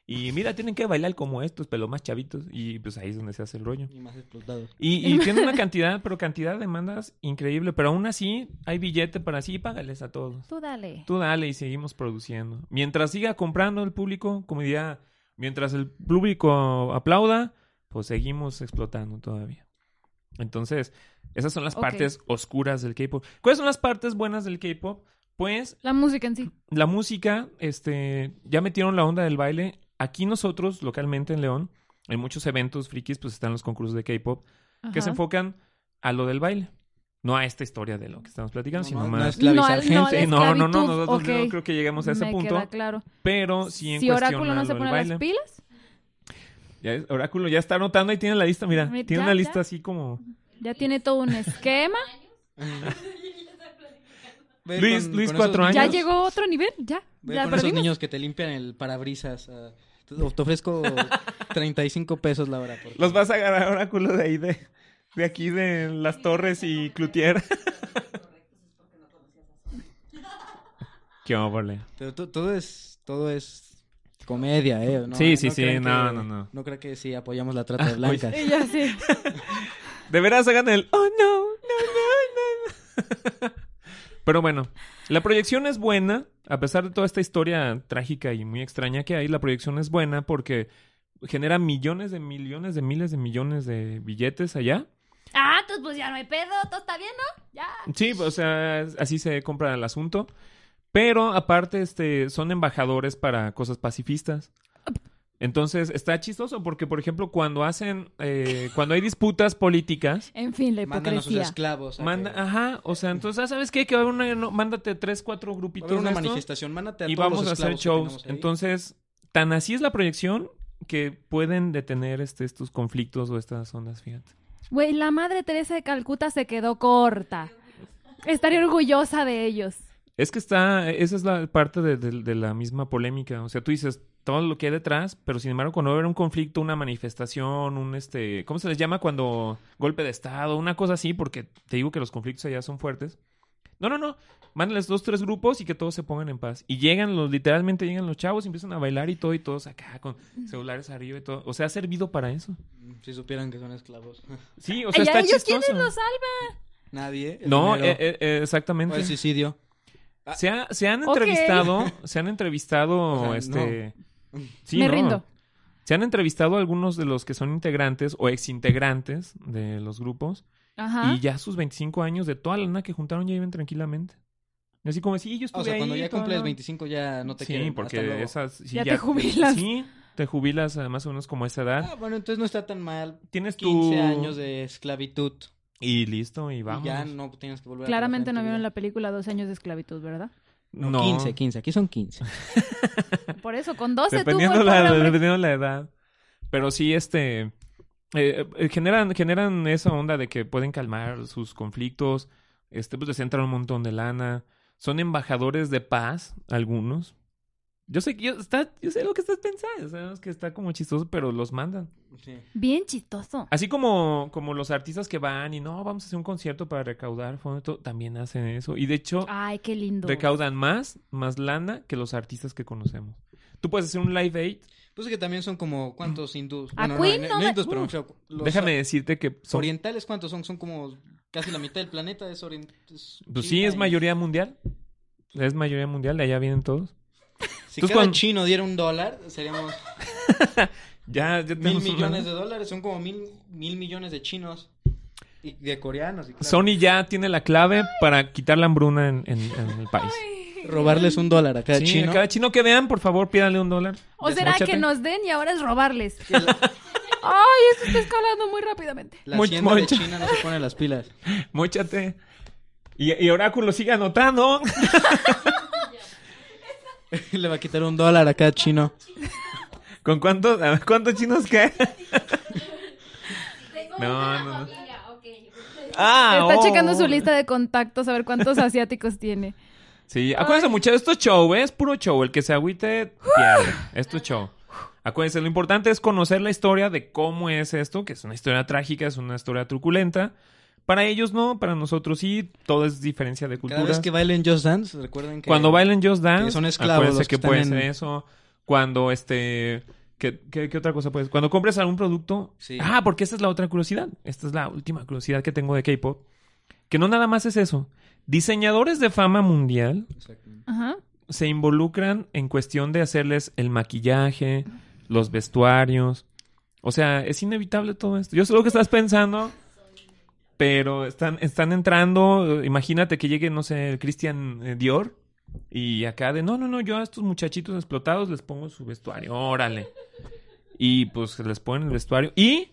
Y mira, tienen que bailar como estos, pero más chavitos. Y pues ahí es donde se hace el rollo.
Y más explotado.
Y, y tiene una cantidad, pero cantidad de demandas increíble. Pero aún así, hay billete para así y págales a todos.
Tú dale.
Tú dale y seguimos produciendo. Mientras siga comprando el público, como diría, mientras el público aplauda, pues seguimos explotando todavía. Entonces, esas son las
Ok.
partes oscuras del K-pop. ¿Cuáles son las partes buenas del K-pop? Pues
La música en sí.
la música, este, ya metieron la onda del baile. Aquí nosotros, localmente en León, en muchos eventos frikis, pues están los concursos de K-pop que
Ajá.
se enfocan a lo del baile. No a esta historia de lo que estamos platicando, sino
no, no
más.
No,
esclavizar
al-
gente.
no, a la
Sí, no, no, no,
esclavitud,
nosotros no
ok.
creo que lleguemos a ese
Me
punto,
queda claro.
pero sí en
si
cuestión
Oráculo
a
no
lo
se
del
pone
baile.
las pilas,
Ya es- oráculo ya está anotando y tiene la lista, mira,
Mira,
tiene
ya,
una
ya.
lista así como
ya tiene todo un esquema.
Ve
Luis- Luis,
esos
cuatro
niños-
ya
años.
llegó a otro nivel, ya.
ve
Ya
con esos
perdimos.
niños que te limpian el parabrisas. ah, te te ofrezco 35 pesos la hora. porque-
los vas a agarrar oráculo de ahí de de aquí de las Torres y Cloutier. Qué óvole.
Pero to- todo es, todo es comedia, ¿eh? No,
Sí, sí,
no
sí,
crean
no,
que-
no, no. Ah, pues, eh,
No creo que sí apoyamos la trata de blancas.
Y ya sí.
De veras hagan el oh no, no, no, no, no. Pero bueno, la proyección es buena, a pesar de toda esta historia trágica y muy extraña que hay, la proyección es buena porque genera millones de millones de miles de millones de billetes allá.
Ah, entonces pues ya no hay pedo, todo está bien, ¿no? Ya.
Sí, o sea, así se compra el asunto. Pero aparte, este, son embajadores para cosas pacifistas. Entonces, está chistoso porque, por ejemplo, cuando hacen, eh, cuando hay disputas políticas,
En fin, la
Mandan a sus
hipocresía.
esclavos. a
Manda,
que-
ajá, o sea, entonces, ah, ¿sabes qué? Que va a haber una, no, mándate tres, cuatro
Va a
grupitos
haber una
de estos
manifestación. Mándate a
y
todos los
vamos a hacer
esclavos que
shows.
tengamos ahí.
Entonces, tan así es la proyección que pueden detener este, estos conflictos o estas ondas, fíjate.
Güey, la madre Teresa de Calcuta se quedó corta. Estaría orgullosa de ellos.
Es que está, e, esa es la parte de, de- de la misma polémica. O sea, tú dices todo lo que hay detrás, pero sin embargo, cuando va a haber un conflicto, una manifestación, un este, ¿cómo se les llama cuando golpe de estado? Una cosa así, porque te digo que los conflictos allá son fuertes. No, no, no. Mándales dos, tres grupos y que todos se pongan en paz. Y llegan los, literalmente llegan los chavos y empiezan a bailar y todo, y todos acá con celulares arriba y todo. O sea, ha servido para eso.
Mm, Si supieran que son esclavos.
Sí, o sea,
¿Y a
está chistoso.
ellos quiénes los salvan?
Nadie. el
No,
dinero, Pues
eh, eh, eh,
o
exactamente.
el suicidio. Ah.
Se, ha- se han
Ok.
entrevistado, se han entrevistado,
O sea,
este... Sí,
Me
no.
rindo.
Se han entrevistado a algunos de los que son integrantes o exintegrantes de los grupos
Ajá.
y ya sus 25 años de toda la lana que juntaron ya viven tranquilamente. Y Así como, sí, yo
Ah,
estuve
o sea,
ahí
cuando ya
toda
cumples
la-
25 ya no te
Sí,
quieren. hasta
porque
luego.
esas... sí,
Ya te jubilas.
Sí, te jubilas eh, más o menos como a esa edad.
Ah, bueno, entonces no está tan mal.
Tienes tu...
15 años de esclavitud.
Y listo, y
y
vamos.
ya no tienes que volver a
Claramente no
trabajar
vieron
en
la película 12 años de esclavitud, ¿verdad?
tu vida.
No,
15, 15. Aquí son 15.
Por eso, con 12 tuvo el
dependiendo, la,
pobre hombre.
dependiendo la edad. Pero sí, este. eh, eh, generan, generan esa onda de que pueden calmar sus conflictos. Este, pues les entra un montón de lana. Son embajadores de paz, algunos. Yo sé, que- yo, está, yo sé lo que estás pensando. Sabemos que está como chistoso, pero los mandan.
Sí.
Bien chistoso.
Así como, como los artistas que van y no, vamos a hacer un concierto para recaudar fondos, y todo, también hacen eso. Y de hecho,
Ay, qué lindo.
recaudan más, más lana que los artistas que conocemos. Tú puedes hacer un live aid
Pues que también son como, ¿cuántos hindús?
A
Bueno,
Queen
no,
no me-
hindús, pero me refiero, los
Déjame decirte que son-
orientales, ¿cuántos son? Son como casi la mitad del planeta es oriental.
pues sí, es mayoría mundial. Es mayoría mundial, de allá vienen todos. Entonces,
Si cada
cuando-
chino diera un dólar, seríamos
Ya, ya
mil
tenemos una-
millones de dólares. Son como mil, mil millones de chinos y de coreanos. Y claro,
Sony ya tiene la clave para quitar la hambruna en, en- en el país.
Robarles un dólar a cada
Sí,
chino.
a cada chino que vean, por favor, pídanle un dólar.
O será
Desmóchate.
que nos den y ahora es robarles.
Que la,
Ay, eso está escalando muy rápidamente.
la
Muy-
hacienda
muy-
de China no se pone las pilas.
Móchate. Y, y Oráculo sigue anotando.
Le va a quitar un dólar a cada chino.
¿Con cuántos, a ver, cuántos chinos caen?
Tengo
No,
una
no, no.
familia, ok.
Ah,
Está
oh.
checando su lista de contactos a ver cuántos asiáticos tiene.
Sí, acuérdense muchachos, esto es show, ¿eh? es puro show. El que se agüite pierde. esto es show. Acuérdense, lo importante es conocer la historia de cómo es esto, que es una historia trágica, es una historia truculenta. Para ellos no, para nosotros sí, todo es diferencia de
Cada
culturas.
vez que bailen Just Dance, recuerden que...
Cuando bailan Just Dance,
que son esclavos
acuérdense
los
que,
que están
puede
en-
ser eso. Cuando este ¿qué, qué, qué otra cosa puedes? Cuando compres algún producto.
Sí.
Ah, porque esta es la otra curiosidad. Esta es la última curiosidad que tengo de K-pop. Que no nada más es eso. Diseñadores de fama mundial
Ajá.
se involucran en cuestión de hacerles el maquillaje, los vestuarios. O sea, es inevitable todo esto. Yo sé lo que estás pensando, pero están, están entrando. eh, Imagínate que llegue, no sé, el Christian eh, Dior y acá de, no, no, no, yo a estos muchachitos explotados les pongo su vestuario, órale. Y pues les ponen el vestuario. Y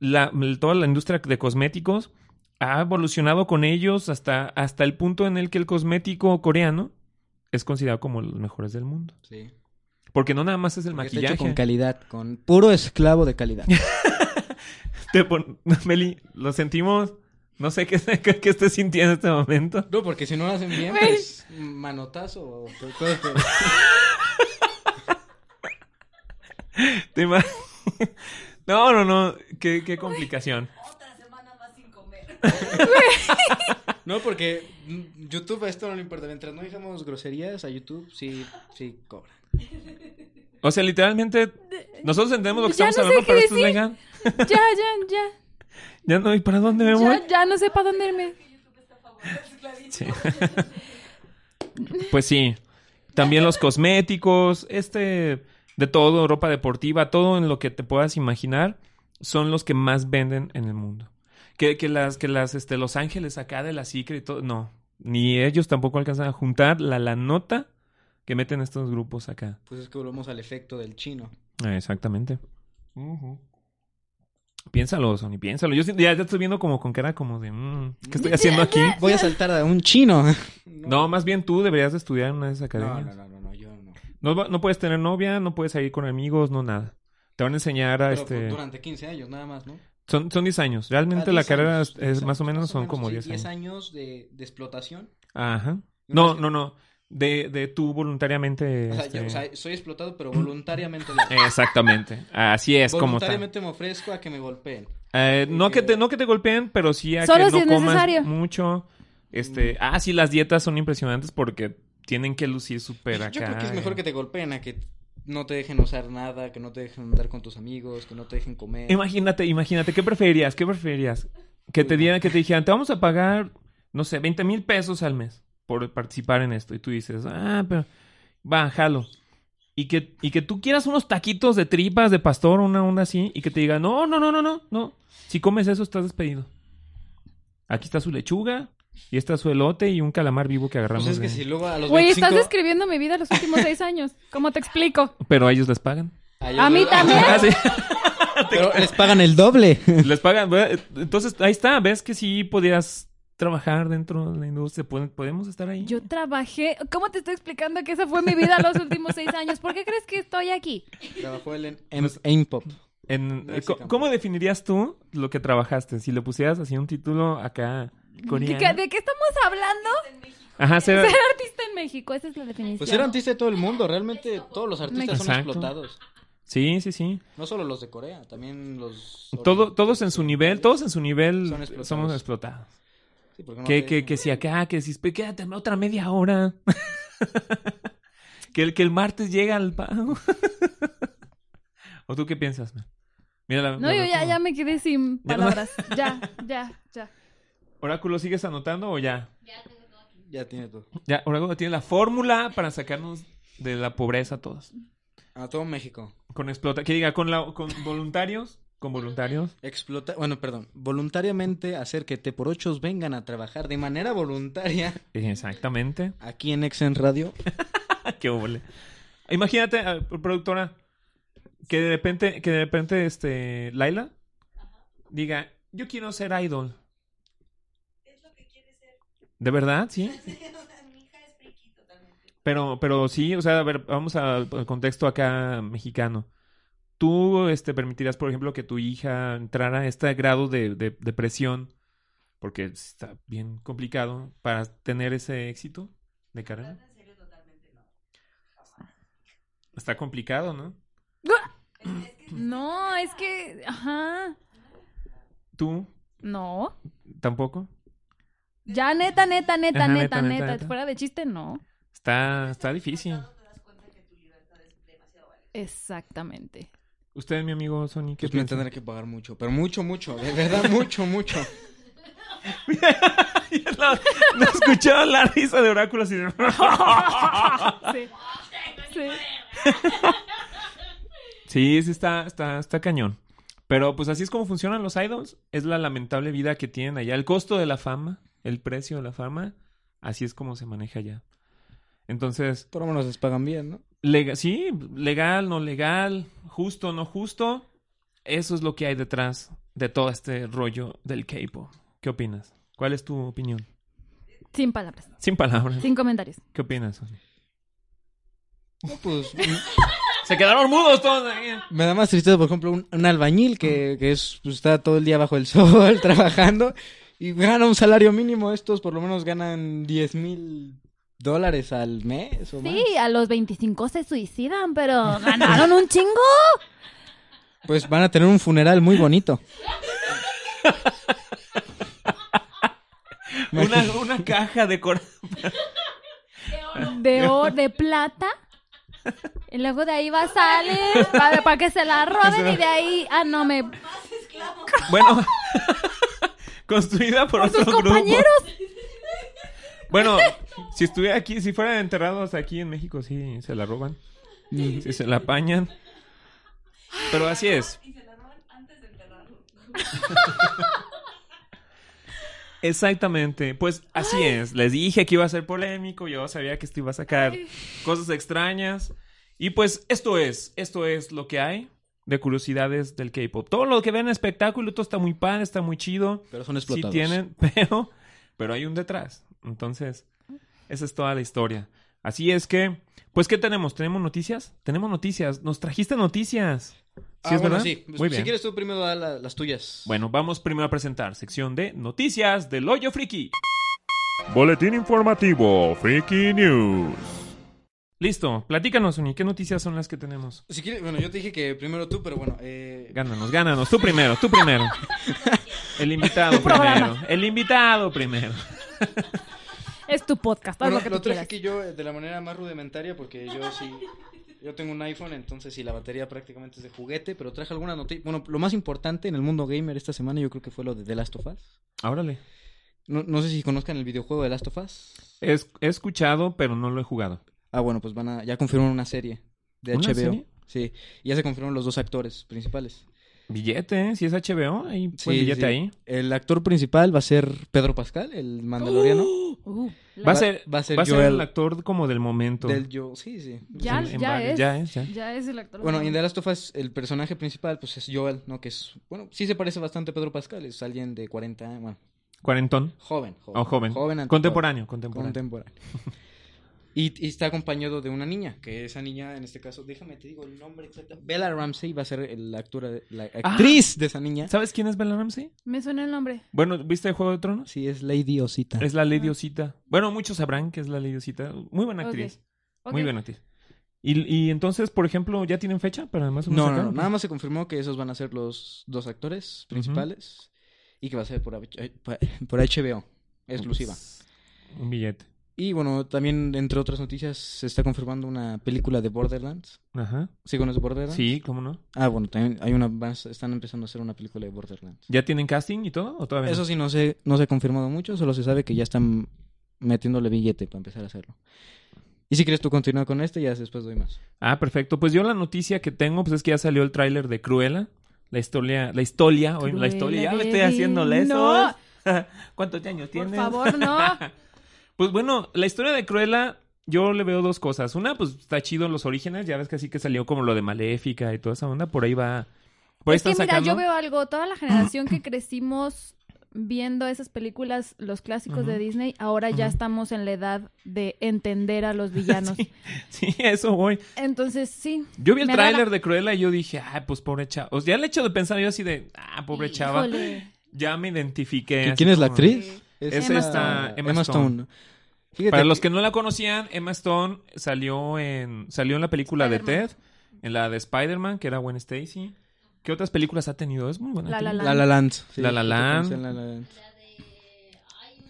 la, toda la industria de cosméticos ha evolucionado con ellos hasta, hasta el punto en el que el cosmético coreano es considerado como los mejores del mundo.
Sí.
Porque no nada más es el
Porque está
maquillaje.
hecho con calidad, con puro esclavo de calidad.
Te pon- Meli, lo sentimos. No sé qué, qué, qué estés sintiendo en este momento.
No, porque si no lo hacen bien,
Güey.
pues manotazo o cosas que-
Te ima- No, no, no. Qué, qué complicación.
Otra semana más sin comer.
No, porque mm, YouTube a esto no le importa. Mientras no digamos groserías a YouTube, sí, sí cobra.
O sea, literalmente, nosotros entendemos lo que
Ya
estamos
no sé
hablando,
qué
pero esto es
decir.
legal.
Ya, ya, ya.
Ya no, ¿y para dónde me voy?
Ya, ya no sé para dónde irme.
Sí. pues sí. También los cosméticos, este, de todo, ropa deportiva, todo en lo que te puedas imaginar, son los que más venden en el mundo. Que, que las, que las, este, Los Ángeles acá de la Cicre y todo, no. Ni ellos tampoco alcanzan a juntar la, la nota que meten estos grupos acá.
Pues es que volvemos al efecto del chino.
Ah, Exactamente. Piénsalo, Sony, piénsalo. Yo sí- ya, ya estoy viendo como con cara como de, mm, ¿qué estoy haciendo aquí?
Voy a saltar a un chino.
No, más bien tú deberías de estudiar en una de esas
No,
academias.
no, no, no, no, yo no.
No, va- no puedes tener novia, no puedes salir con amigos, no nada. Te van a enseñar a
Pero
este.
durante 15 años, nada más, ¿no?
Son, son 10 años. Realmente
Ah,
la
10
carrera
años,
es-
10
es, más o
años,
menos son como
sí,
10 años.
años de, de explotación.
Ajá.
Y una
No,
vez que-
no, no. De, de tú voluntariamente.
O sea,
este,
yo- o sea, soy explotado, pero voluntariamente. lo-
Exactamente. Así es como tal.
voluntariamente me ofrezco a que me golpeen.
Eh, no, que te, no que te golpeen, pero sí a
Solo
que
si
no
es
comas
necesario.
mucho.
Mm.
Este, ah, sí, las dietas son impresionantes porque tienen que lucir súper acá.
Yo creo que es mejor
eh.
que te golpeen a que no te dejen usar nada, que no te dejen andar con tus amigos, que no te dejen comer.
Eh, Imagínate, imagínate, ¿qué preferirías? ¿Qué preferirías? Que te dieran, que te dijeran, te vamos a pagar, no sé, 20 mil pesos al mes por participar en esto. Y tú dices, ah, pero va, jalo. Y que, y que tú quieras unos taquitos de tripas de pastor o una onda así, y que te digan, no, no, no, no, no, no. Si comes eso, estás despedido. Aquí está su lechuga, y está su elote y un calamar vivo que agarramos.
Pues es que
de-
si luego a los
Güey, estás
25
describiendo mi vida los últimos seis años. ¿Cómo te explico?
Pero a ellos les pagan.
Ay,
A
yo-
mí también.
Ah, sí.
Pero les pagan el doble.
Les pagan. bueno, Entonces, ahí está. ¿Ves que sí podías trabajar dentro de la industria? ¿Pod- ¿Podemos estar ahí?
Yo trabajé. ¿Cómo te estoy explicando que esa fue mi vida los últimos seis años? ¿Por qué crees que estoy aquí?
Trabajó él en Aimpop.
En- eh,
No, sí,
co-
tampoco.
¿Cómo definirías tú lo que trabajaste? Si le pusieras así un título acá
¿De
coreano.
qué, de qué estamos hablando?
Ajá, ser-
Ser artista en México, esa es la definición.
Pues era artista de todo el mundo, realmente todos los artistas son
Exacto.
explotados.
Sí, sí, sí.
No solo los de Corea, también los...
Todo, todos en su nivel, todos en su nivel
Son explotados.
somos explotados.
Sí, porque no
que,
te
que,
dejan.
que si acá, que si espe- quédate otra media hora. que, el, que el martes llega al pago. ¿O tú qué piensas? man? Mira la-
No,
la-
yo ya, ya me quedé sin
Ya no-
palabras. Ya, ya, ya.
Oráculo, ¿sigues anotando o ya?
Ya tiene todo.
Ya, Oráculo tiene la fórmula para sacarnos de la pobreza a todos.
A Ah, todo México.
Con explota, que diga, con, la, con voluntarios, con voluntarios.
Explota, bueno, perdón, voluntariamente hacer que te por ochos vengan a trabajar de manera voluntaria
Exactamente.
aquí en Exen Radio.
Qué ole. Imagínate, a ver, productora, que de repente, que de repente, este, Laila diga, yo quiero ser idol.
Es lo que quiere ser.
¿De verdad? Sí.
Mi hija es friki totalmente.
Pero, pero sí, o sea, a ver, vamos a- al contexto acá mexicano. ¿Tú este, permitirías, por ejemplo, que tu hija entrara a este grado de, de, de presión? Porque está bien complicado para tener ese éxito de carrera.
En serio, totalmente no.
Está complicado, ¿no?
No, es que. Ajá.
¿Tú
No.
tampoco?
Ya, neta, neta, neta,
Ajá, neta, neta,
neta, neta,
neta.
Fuera de chiste, no.
Está, está difícil.
Exactamente.
Usted, mi amigo Sony, ¿qué
Pues me
piensa?
tendré que pagar mucho, pero mucho, mucho, de verdad, mucho, mucho.
no, no escuchaba la risa de oráculos y...
Sí. Sí.
Sí, sí está, está, está cañón. Pero pues así es como funcionan los idols. Es la lamentable vida que tienen allá. El costo de la fama, el precio de la fama, así es como se maneja allá. Entonces,
Por lo menos les pagan bien, ¿no?
lega- sí, legal, no legal, justo, no justo. Eso es lo que hay detrás de todo este rollo del K-pop. ¿Qué opinas? ¿Cuál es tu opinión?
Sin palabras.
Sin palabras.
Sin comentarios.
¿Qué opinas? Sofía?
No, pues
Se quedaron mudos todos. ahí.
me da más tristeza, por ejemplo, un, un albañil que, que es, pues, está todo el día bajo el sol trabajando y gana un salario mínimo. Estos por lo menos ganan 10 mil dólares al mes o más.
Sí, a los 25 se suicidan, pero ganaron un chingo.
Pues van a tener un funeral muy bonito.
Una, una caja de corazón.
De, or- de plata. Y luego de ahí va a salir para, para que se la roben y de ahí, ah, no, me...
Bueno, construida por,
Por
otro
sus
grupo.
compañeros.
Bueno, si estuviera aquí, si fueran enterrados aquí en México, sí se la roban. Sí se la apañan. Pero así es.
Y se la roban antes de enterrarlo.
Exactamente. Pues así es. Les dije que iba a ser polémico. Yo sabía que esto iba a sacar cosas extrañas. Y pues esto es. Esto es lo que hay de curiosidades del K-pop. Todo lo que ven en espectáculo, todo está muy padre, está muy chido.
Pero son
sí
explotados.
tienen, pero, pero hay un detrás. Entonces, esa es toda la historia. Así es que, pues, ¿qué tenemos? ¿Tenemos noticias? Tenemos noticias. Nos trajiste noticias. ¿Sí
Ah,
es
bueno,
verdad?
sí.
Muy bien.
Si quieres tú primero da la- las tuyas.
Bueno, vamos primero a presentar sección de noticias del hoyo friki. Boletín informativo, Friki News. Listo, platícanos, Uni, ¿qué noticias son las que tenemos?
Si quieres, bueno, yo te dije que primero tú, pero bueno, eh,
Gánanos, gánanos, tú primero, tú primero. El invitado primero, el invitado primero.
Es tu podcast, haz
Bueno,
lo que
lo
tú quieras.
traje aquí yo eh, de la manera más rudimentaria porque yo sí, yo tengo un iPhone, entonces sí, la batería prácticamente es de juguete, pero traje alguna noticia. Bueno, lo más importante en el mundo gamer esta semana yo creo que fue lo de The Last of Us.
Órale.
No, no sé si conozcan el videojuego de Last of Us.
Es- he escuchado, pero no lo he jugado.
Ah, bueno, pues van a, ya confirmaron una serie de
¿Una
HBO.
serie?
Sí, y ya se confirmaron los dos actores principales.
Billete, ¿eh? si es HBO, hay buen
Sí,
billete
sí.
ahí.
El actor principal va a ser Pedro Pascal, el mandaloriano.
¡Oh!
Uh, la-
Va a ser,
va a ser
va a ser
Joel.
el actor como del momento.
Del yo, sí, sí.
Ya,
en- en
ya
varios-
es.
ya es, ya.
Ya es el actor.
Bueno, en The Last of Us, el personaje principal, pues es Joel, ¿no? Que es, bueno, sí se parece bastante a Pedro Pascal, es alguien de 40 años, bueno,
Cuarentón.
joven. joven
O Oh, joven.
ante-
contemporáneo,
joven,
contemporáneo.
Contemporáneo. Y, y está acompañado de una niña, que esa niña, en este caso, déjame te digo el nombre exacto. Bella Ramsey va a ser el- la, actora, la
Ah.
actriz de esa niña.
¿Sabes quién es Bella Ramsey?
Me suena el nombre.
Bueno, ¿viste el Juego de Tronos?
Sí, es Lady Osita.
Es la Lady Osita. Bueno, muchos sabrán que es la Lady Osita. Muy buena actriz.
Ok.
Muy buena actriz. Y, y entonces, por ejemplo, ¿ya tienen fecha para más o menos
No, no,
sacar?
no, nada más se confirmó que esos van a ser los dos actores principales y que va a ser por, H- eh, por HBO, exclusiva.
Pues, Un billete.
Y bueno, también entre otras noticias se está confirmando una película de Borderlands.
Ajá.
¿Sí conoces Borderlands?
Sí, ¿cómo no?
Ah, bueno, también hay una van- están empezando a hacer una película de Borderlands.
¿Ya tienen casting y todo? ¿O todavía no?
Eso sí no se no se ha confirmado mucho, solo se sabe que ya están metiéndole billete para empezar a hacerlo. Y si quieres tú continúa con este, ya después doy más.
Ah, perfecto. Pues yo la noticia que tengo, pues es que ya salió el tráiler de Cruella. La historia, la historia, hoy la historia, ya me estoy haciendo
No.
lesos. ¿Cuántos años
Por
tienes?
favor, no.
Pues bueno, la historia de Cruella, yo le veo dos cosas. Una, pues está chido los orígenes, ya ves que así que salió como lo de Maléfica y toda esa onda, por ahí va. Por ahí
es que
están
mira, yo
sacando.
veo algo, toda la generación que crecimos viendo esas películas, los clásicos de
Ujú.
Disney, ahora ya estamos en la edad de entender a los villanos.
Sí, eso voy.
Entonces, sí.
Yo vi el
Me da la-
tráiler de Cruella y yo dije, ah, pues pobre chava. O sea, el hecho de pensar yo así de, ah, pobre chava,
Híjole.
ya me identifiqué.
¿Y
Eh, así
¿Quién es la
como-
actriz?
Es
Emma
esta Emma Stone.
¿no? Fíjate
Para los
que-
que no la conocían, Emma Stone salió en salió en la película de
Spider-Man.
Ted, en la de Spider-Man, que era Gwen Stacy. ¿Qué otras películas ha tenido? Es muy buena.
La La
película.
La La Land. sí,
La La
que
Land.
conocí en La La Land.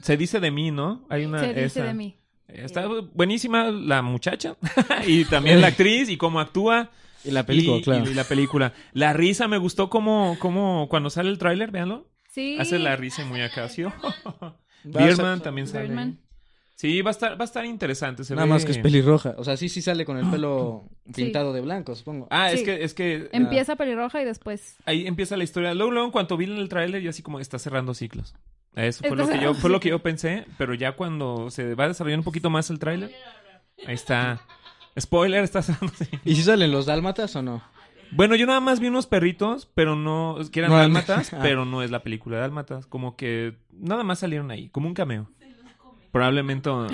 Se dice de mí, ¿no? Hay una
Se dice
Ah, esa.
de mí.
Está buenísima la muchacha y también la actriz y cómo actúa.
Y la película,
y,
claro.
y la película. La risa me gustó como, como cuando sale el tráiler, véanlo.
Sí.
Hace la risa muy acacio.
Va a
Birdman
ser-
también sale.
Birdman.
Sí, va a estar, va a estar interesante. se
Nada
ve-
más que es pelirroja. O sea, sí, sí sale con el pelo pintado de blanco, supongo.
Ah, es
Sí.
que, es que
Empieza pelirroja y después.
ahí empieza la historia. Luego, luego, en cuanto vi el tráiler, yo así como está cerrando ciclos. Eso fue
Está
lo, que yo,
cerrando
fue lo que yo pensé, pero ya cuando se va a desarrollar un poquito más el tráiler, ahí está. Spoiler, está cerrando ciclos.
¿Y si salen los dálmatas o no?
Bueno, yo nada más vi unos perritos, pero no, que eran
No,
dálmatas,
ah.
pero no es la película de dálmatas. Como que nada más salieron ahí, como un cameo. Probablemente... Ah,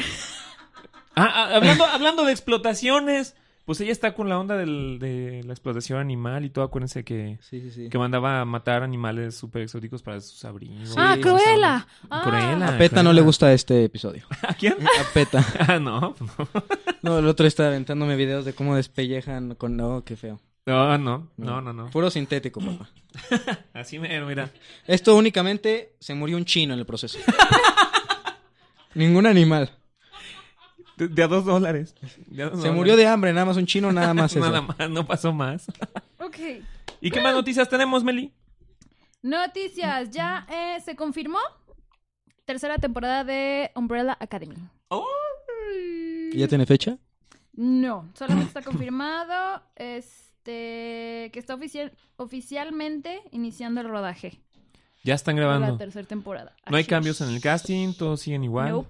ah, hablando, hablando de explotaciones, pues ella está con la onda del- de la explotación animal y todo, acuérdense que...
Sí, sí, sí.
Que mandaba a matar animales súper exóticos para sus abrigos.
ah,
sí,
Cruella. Ah.
Cruella.
A Peta no le gusta este episodio.
¿A quién?
A Peta.
Ah, no.
No, el otro está aventándome videos de cómo despellejan con... No, qué feo.
No, no. No, no, no.
Puro sintético, papá.
Así mero, mira.
Esto únicamente se murió un chino en el proceso. Ningún animal.
De, de a dos dólares. De a dos
Se
dólares.
murió de hambre, nada más un chino, nada más eso.
Nada más, no pasó más.
Ok.
¿Y qué más noticias tenemos, Meli?
Noticias. Ya eh, se confirmó tercera temporada de Umbrella Academy.
¿Ya tiene fecha?
No, solamente está confirmado este que está oficial, oficialmente iniciando el rodaje
Ya están
de
grabando.
la tercera temporada.
No hay
Así
cambios
es.
en el casting, todos siguen igual.
Nope.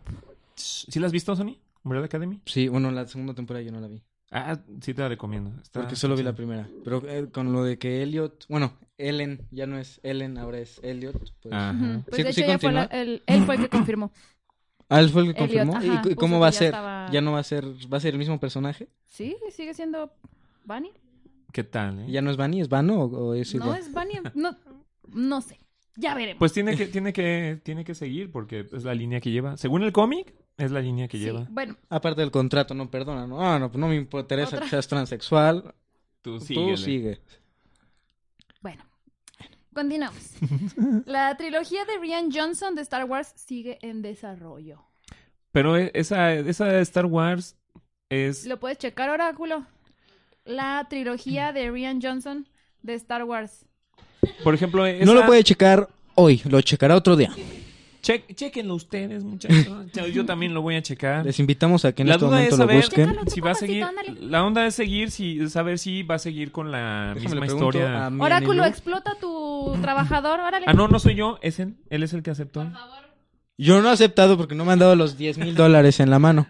¿Sí la has visto, Sony? ¿Umbrella Academy?
Sí, bueno, la segunda temporada yo no la vi.
Ah, sí te la recomiendo. Está-
Porque solo vi la primera. Pero eh, con lo de que Elliot... Bueno, Ellen ya no es Ellen, ahora es Elliot. Pues...
Ajá.
Ujú, Pues
Sí-
de
sí
hecho ya fue la-
continúa.
el, él fue el que confirmó.
Ah, él fue el que
Elliot,
confirmó. ¿Y
ajá,
cu-
puso
cómo
que
va a
ya
ser?
estaba-
Ya no va a ser... ¿Va a ser el mismo personaje?
Sí, sigue siendo Bunny.
¿Qué tal? eh?
¿Ya no es Vani? ¿Es Vano o, o es
no
igual?
es Bunny, no no sé. Ya veremos.
Pues tiene que, tiene que, tiene que seguir porque es la línea que lleva. Según el cómic, es la línea que
Sí,
lleva.
Bueno,
Ah, Aparte del contrato, no perdona, ¿no? Ah, no, pues no me interesa
Otra.
que seas transexual.
Tú síguele.
Tú sigue.
Bueno, continuamos. La trilogía de Rian Johnson de Star Wars sigue en desarrollo.
Pero e- esa, esa de Star Wars es...
¿Lo puedes checar, Oráculo? La trilogía de Rian Johnson de Star Wars.
Por ejemplo, esa...
No lo puede checar hoy, lo checará otro día.
Che- chequenlo ustedes, muchachos. Yo- Yo también lo voy a checar.
Les invitamos a que en
La
este
duda
momento
es
lo
saber-
busquen.
Chécalo. Pero tú
Si va a seguir...
papacito, ándale.
La onda es seguir, si, saber si va a seguir con la
Déjame
misma
le pregunto
historia.
a mi
Oráculo,
Anilú.
explota tu trabajador. Órale.
Ah, no, no soy yo, es él. Él es el que aceptó.
Yo no he aceptado porque no me han dado los 10 mil dólares en la mano.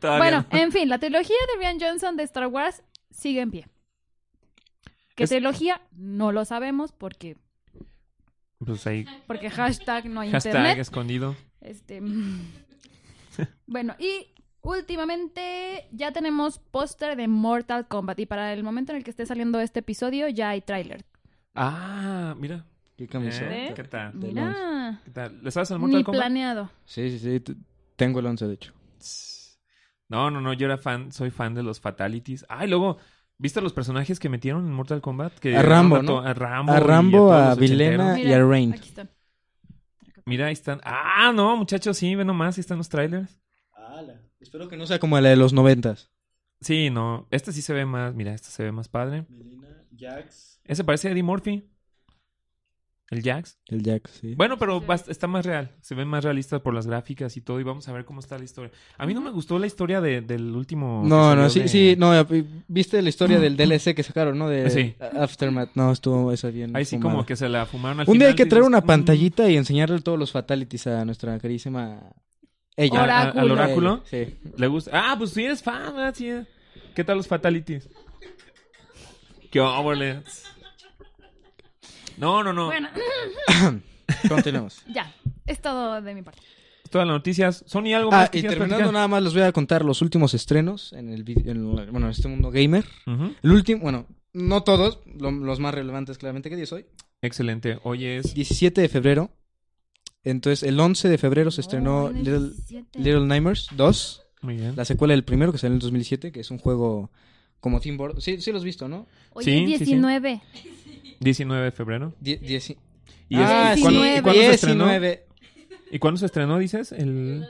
Todavía
Bueno,
no.
en fin, la trilogía de Rian Johnson de Star Wars sigue en pie. ¿Qué
Es-
trilogía? No lo sabemos porque,
Pues ahí,
porque hashtag no hay
hashtag
internet.
escondido.
Este. mm. bueno, y últimamente ya tenemos póster de Mortal Kombat. Y para el momento en el que esté saliendo este episodio, ya hay tráiler.
Ah, mira.
¿Qué camiseta?
Eh, ¿Qué tal?
De
Mira,
¿Qué tal? ¿Le sabes al Mortal
ni
Kombat?
planeado.
Sí, sí, sí. t- Tengo el 11, de hecho.
No, no, no, yo era fan, soy fan de los Fatalities. Ay, luego, ¿viste los personajes que metieron en Mortal Kombat? Que
A Rambo,
mató
¿no?
A Rambo.
A
y
Rambo,
todos
a
los
Vilena
ochenteros.
y a Rain.
Aquí están.
Mira, ahí están. Ah, no, muchachos, sí, ve nomás, ahí están los trailers.
Espero que no sea como la de los noventas.
Sí, no, este sí se ve más, mira, este se ve más padre. Ese parece Eddie Murphy. El Jax.
El Jack, sí.
Bueno, pero
Sí.
bast- está más real. Se ven más realistas por las gráficas y todo. Y vamos a ver cómo está la historia. A mí no me gustó la historia de- del último. que
no,
salió
no, sí,
de-
sí, no, eh, viste la historia del DLC que sacaron, ¿no? De
Ah, Sí.
Aftermath, no, estuvo esa bien.
Ahí sí,
fumada.
como que se la fumaron al
Un día hay
final,
que traer
dices,
una
"Mm".
pantallita y enseñarle todos los fatalities a nuestra queridísima...
A-
Ella.
a- al
Oráculo.
oráculo.
Sí.
Le gusta. Ah, pues sí eres fan, ¿verdad? Sí. ¿Qué tal los fatalities? Qué óvole. No, no, no.
Bueno,
Continuamos.
ya. Es todo de mi parte.
Todas las noticias. Sony, algo más
Ah,
que
y
quieras
terminando
platicar?
nada más les voy a contar los últimos estrenos en el, vi- en el- bueno, en este mundo gamer.
Ujú.
El último, bueno, no todos, lo- los más relevantes claramente que día es hoy.
Excelente. Hoy es
17 de febrero. Entonces, el 11 de febrero se estrenó
Oh, en el
Este, Little,
17.
Little Nightmares 2,
muy bien.
la secuela del primero que salió en el 2007, que es un juego como Team Board. Sí, sí lo has visto, ¿no?
Hoy
Sí,
es
sí, sí.
19.
19 de febrero.
Die- dieci-
¿Y, es-
Ah,
¿y cuándo,
sí,
y cuándo se estrenó?
19.
¿Y cuándo se estrenó, dices? El,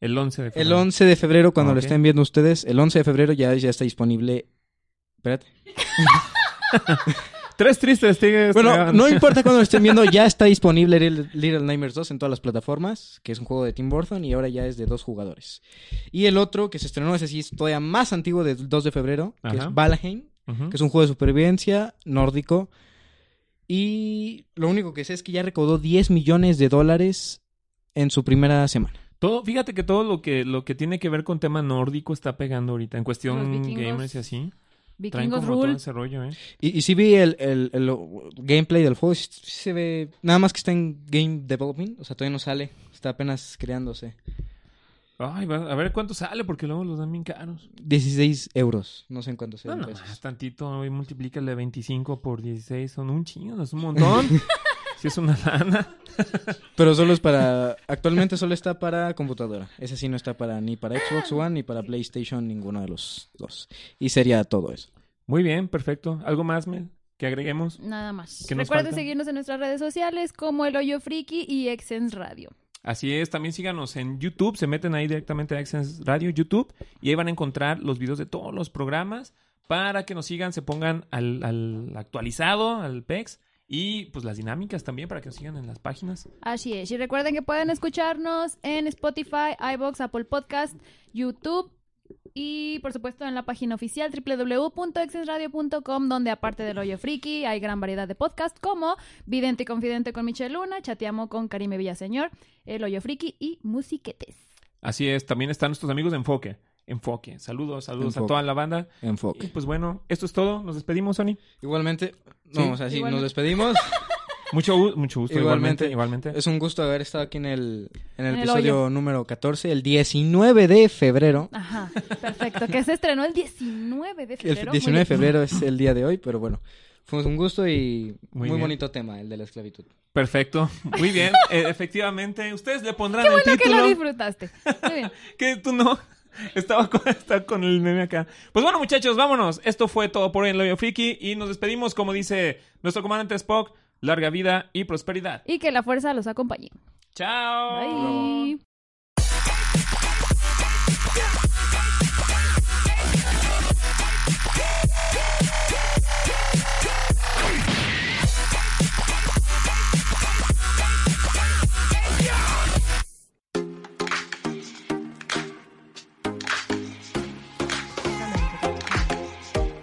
el 11 de
El
febrero.
11 de febrero, cuando
Ah,
lo
ok.
estén viendo ustedes, el 11 de febrero ya, ya está disponible. Espérate.
Tres tristes tigres.
Bueno,
Estaban-
no importa cuando lo estén viendo, ya está disponible Little, Little Nightmares 2 en todas las plataformas, que es un juego de Tim Burton y ahora ya es de dos jugadores. Y el otro que se estrenó, ese sí es todavía más antiguo, del 2 de febrero, que
Ajá.
es Valheim,
Ujú.
que es un juego de supervivencia nórdico. Y lo único que sé es que ya recaudó 10 millones de dólares en su primera semana.
Todo, fíjate que todo lo que, lo que tiene que ver con tema nórdico está pegando ahorita. En
Los
cuestión
vikingos.
gamers y así. Traen
Vikingos
como todo
Rule.
ese rollo, ¿eh?
Y, y sí vi el, el- el gameplay del juego, sí se ve nada más que está en game development, o sea, todavía no sale, está apenas creándose.
Ay, va- a ver cuánto sale, porque luego los dan bien caros.
16 euros. Ah, No sé en cuánto sea.
No,
en
no,
pesos.
es tantito. Y multiplícale 25 por 16. Son un chingo, es un montón. Si es una lana.
Pero solo es para. Actualmente solo está para computadora. Ese sí no está para ni para Xbox One ni para PlayStation, ninguno de los dos. Y sería todo eso.
Muy bien, perfecto. ¿Algo más, Mel? Que agreguemos.
Nada más.
¿Qué nos
Recuerden
falta?
seguirnos en nuestras redes sociales como El Hoyo Friki y Exens Radio.
Así es, también síganos en YouTube, se meten ahí directamente a Access Radio YouTube y ahí van a encontrar los videos de todos los programas para que nos sigan, se pongan al, al actualizado, al PEX y pues las dinámicas también para que nos sigan en las páginas.
Así es. Y recuerden que pueden escucharnos en Spotify, iBox, Apple Podcast, YouTube y por supuesto en la página oficial www.exensradio.com donde aparte del hoyo friki hay gran variedad de podcasts como Vidente y Confidente con Michelle Luna, Chateamo con Karime Villaseñor, El Hoyo Friki y Musiquetes.
Así es, también están nuestros amigos de Enfoque. Enfoque, saludos, saludos a
Enfoque.
toda la banda. Y
Enfoque.
pues bueno, esto es todo, nos despedimos, Sony.
Igualmente. No,
Sí,
o sea, sí,
igualmente.
nos despedimos.
Mucho, gu- mucho gusto, igualmente.
Igualmente.
igualmente.
es un gusto haber estado aquí en el,
En
en el
el
episodio número 14, el 19 de febrero.
Ajá, perfecto. Que se estrenó el 19 de
El
febrero.
f-
Muy
19 de
bien.
febrero es el día de hoy, pero bueno. Fue un gusto y
Muy
muy,
bien.
bonito tema, el de la esclavitud.
Perfecto, muy bien, eh, efectivamente, ustedes le pondrán el
Bueno, que
título.
lo disfrutaste. Muy bien.
Que tú no. Estaba con, estaba con el meme acá. Pues bueno, muchachos, vámonos. Esto fue todo por hoy en Loyo Friki. Y nos despedimos, como dice nuestro comandante Spock. Larga vida y prosperidad.
Y que la fuerza los acompañe.
Chao.
Bye.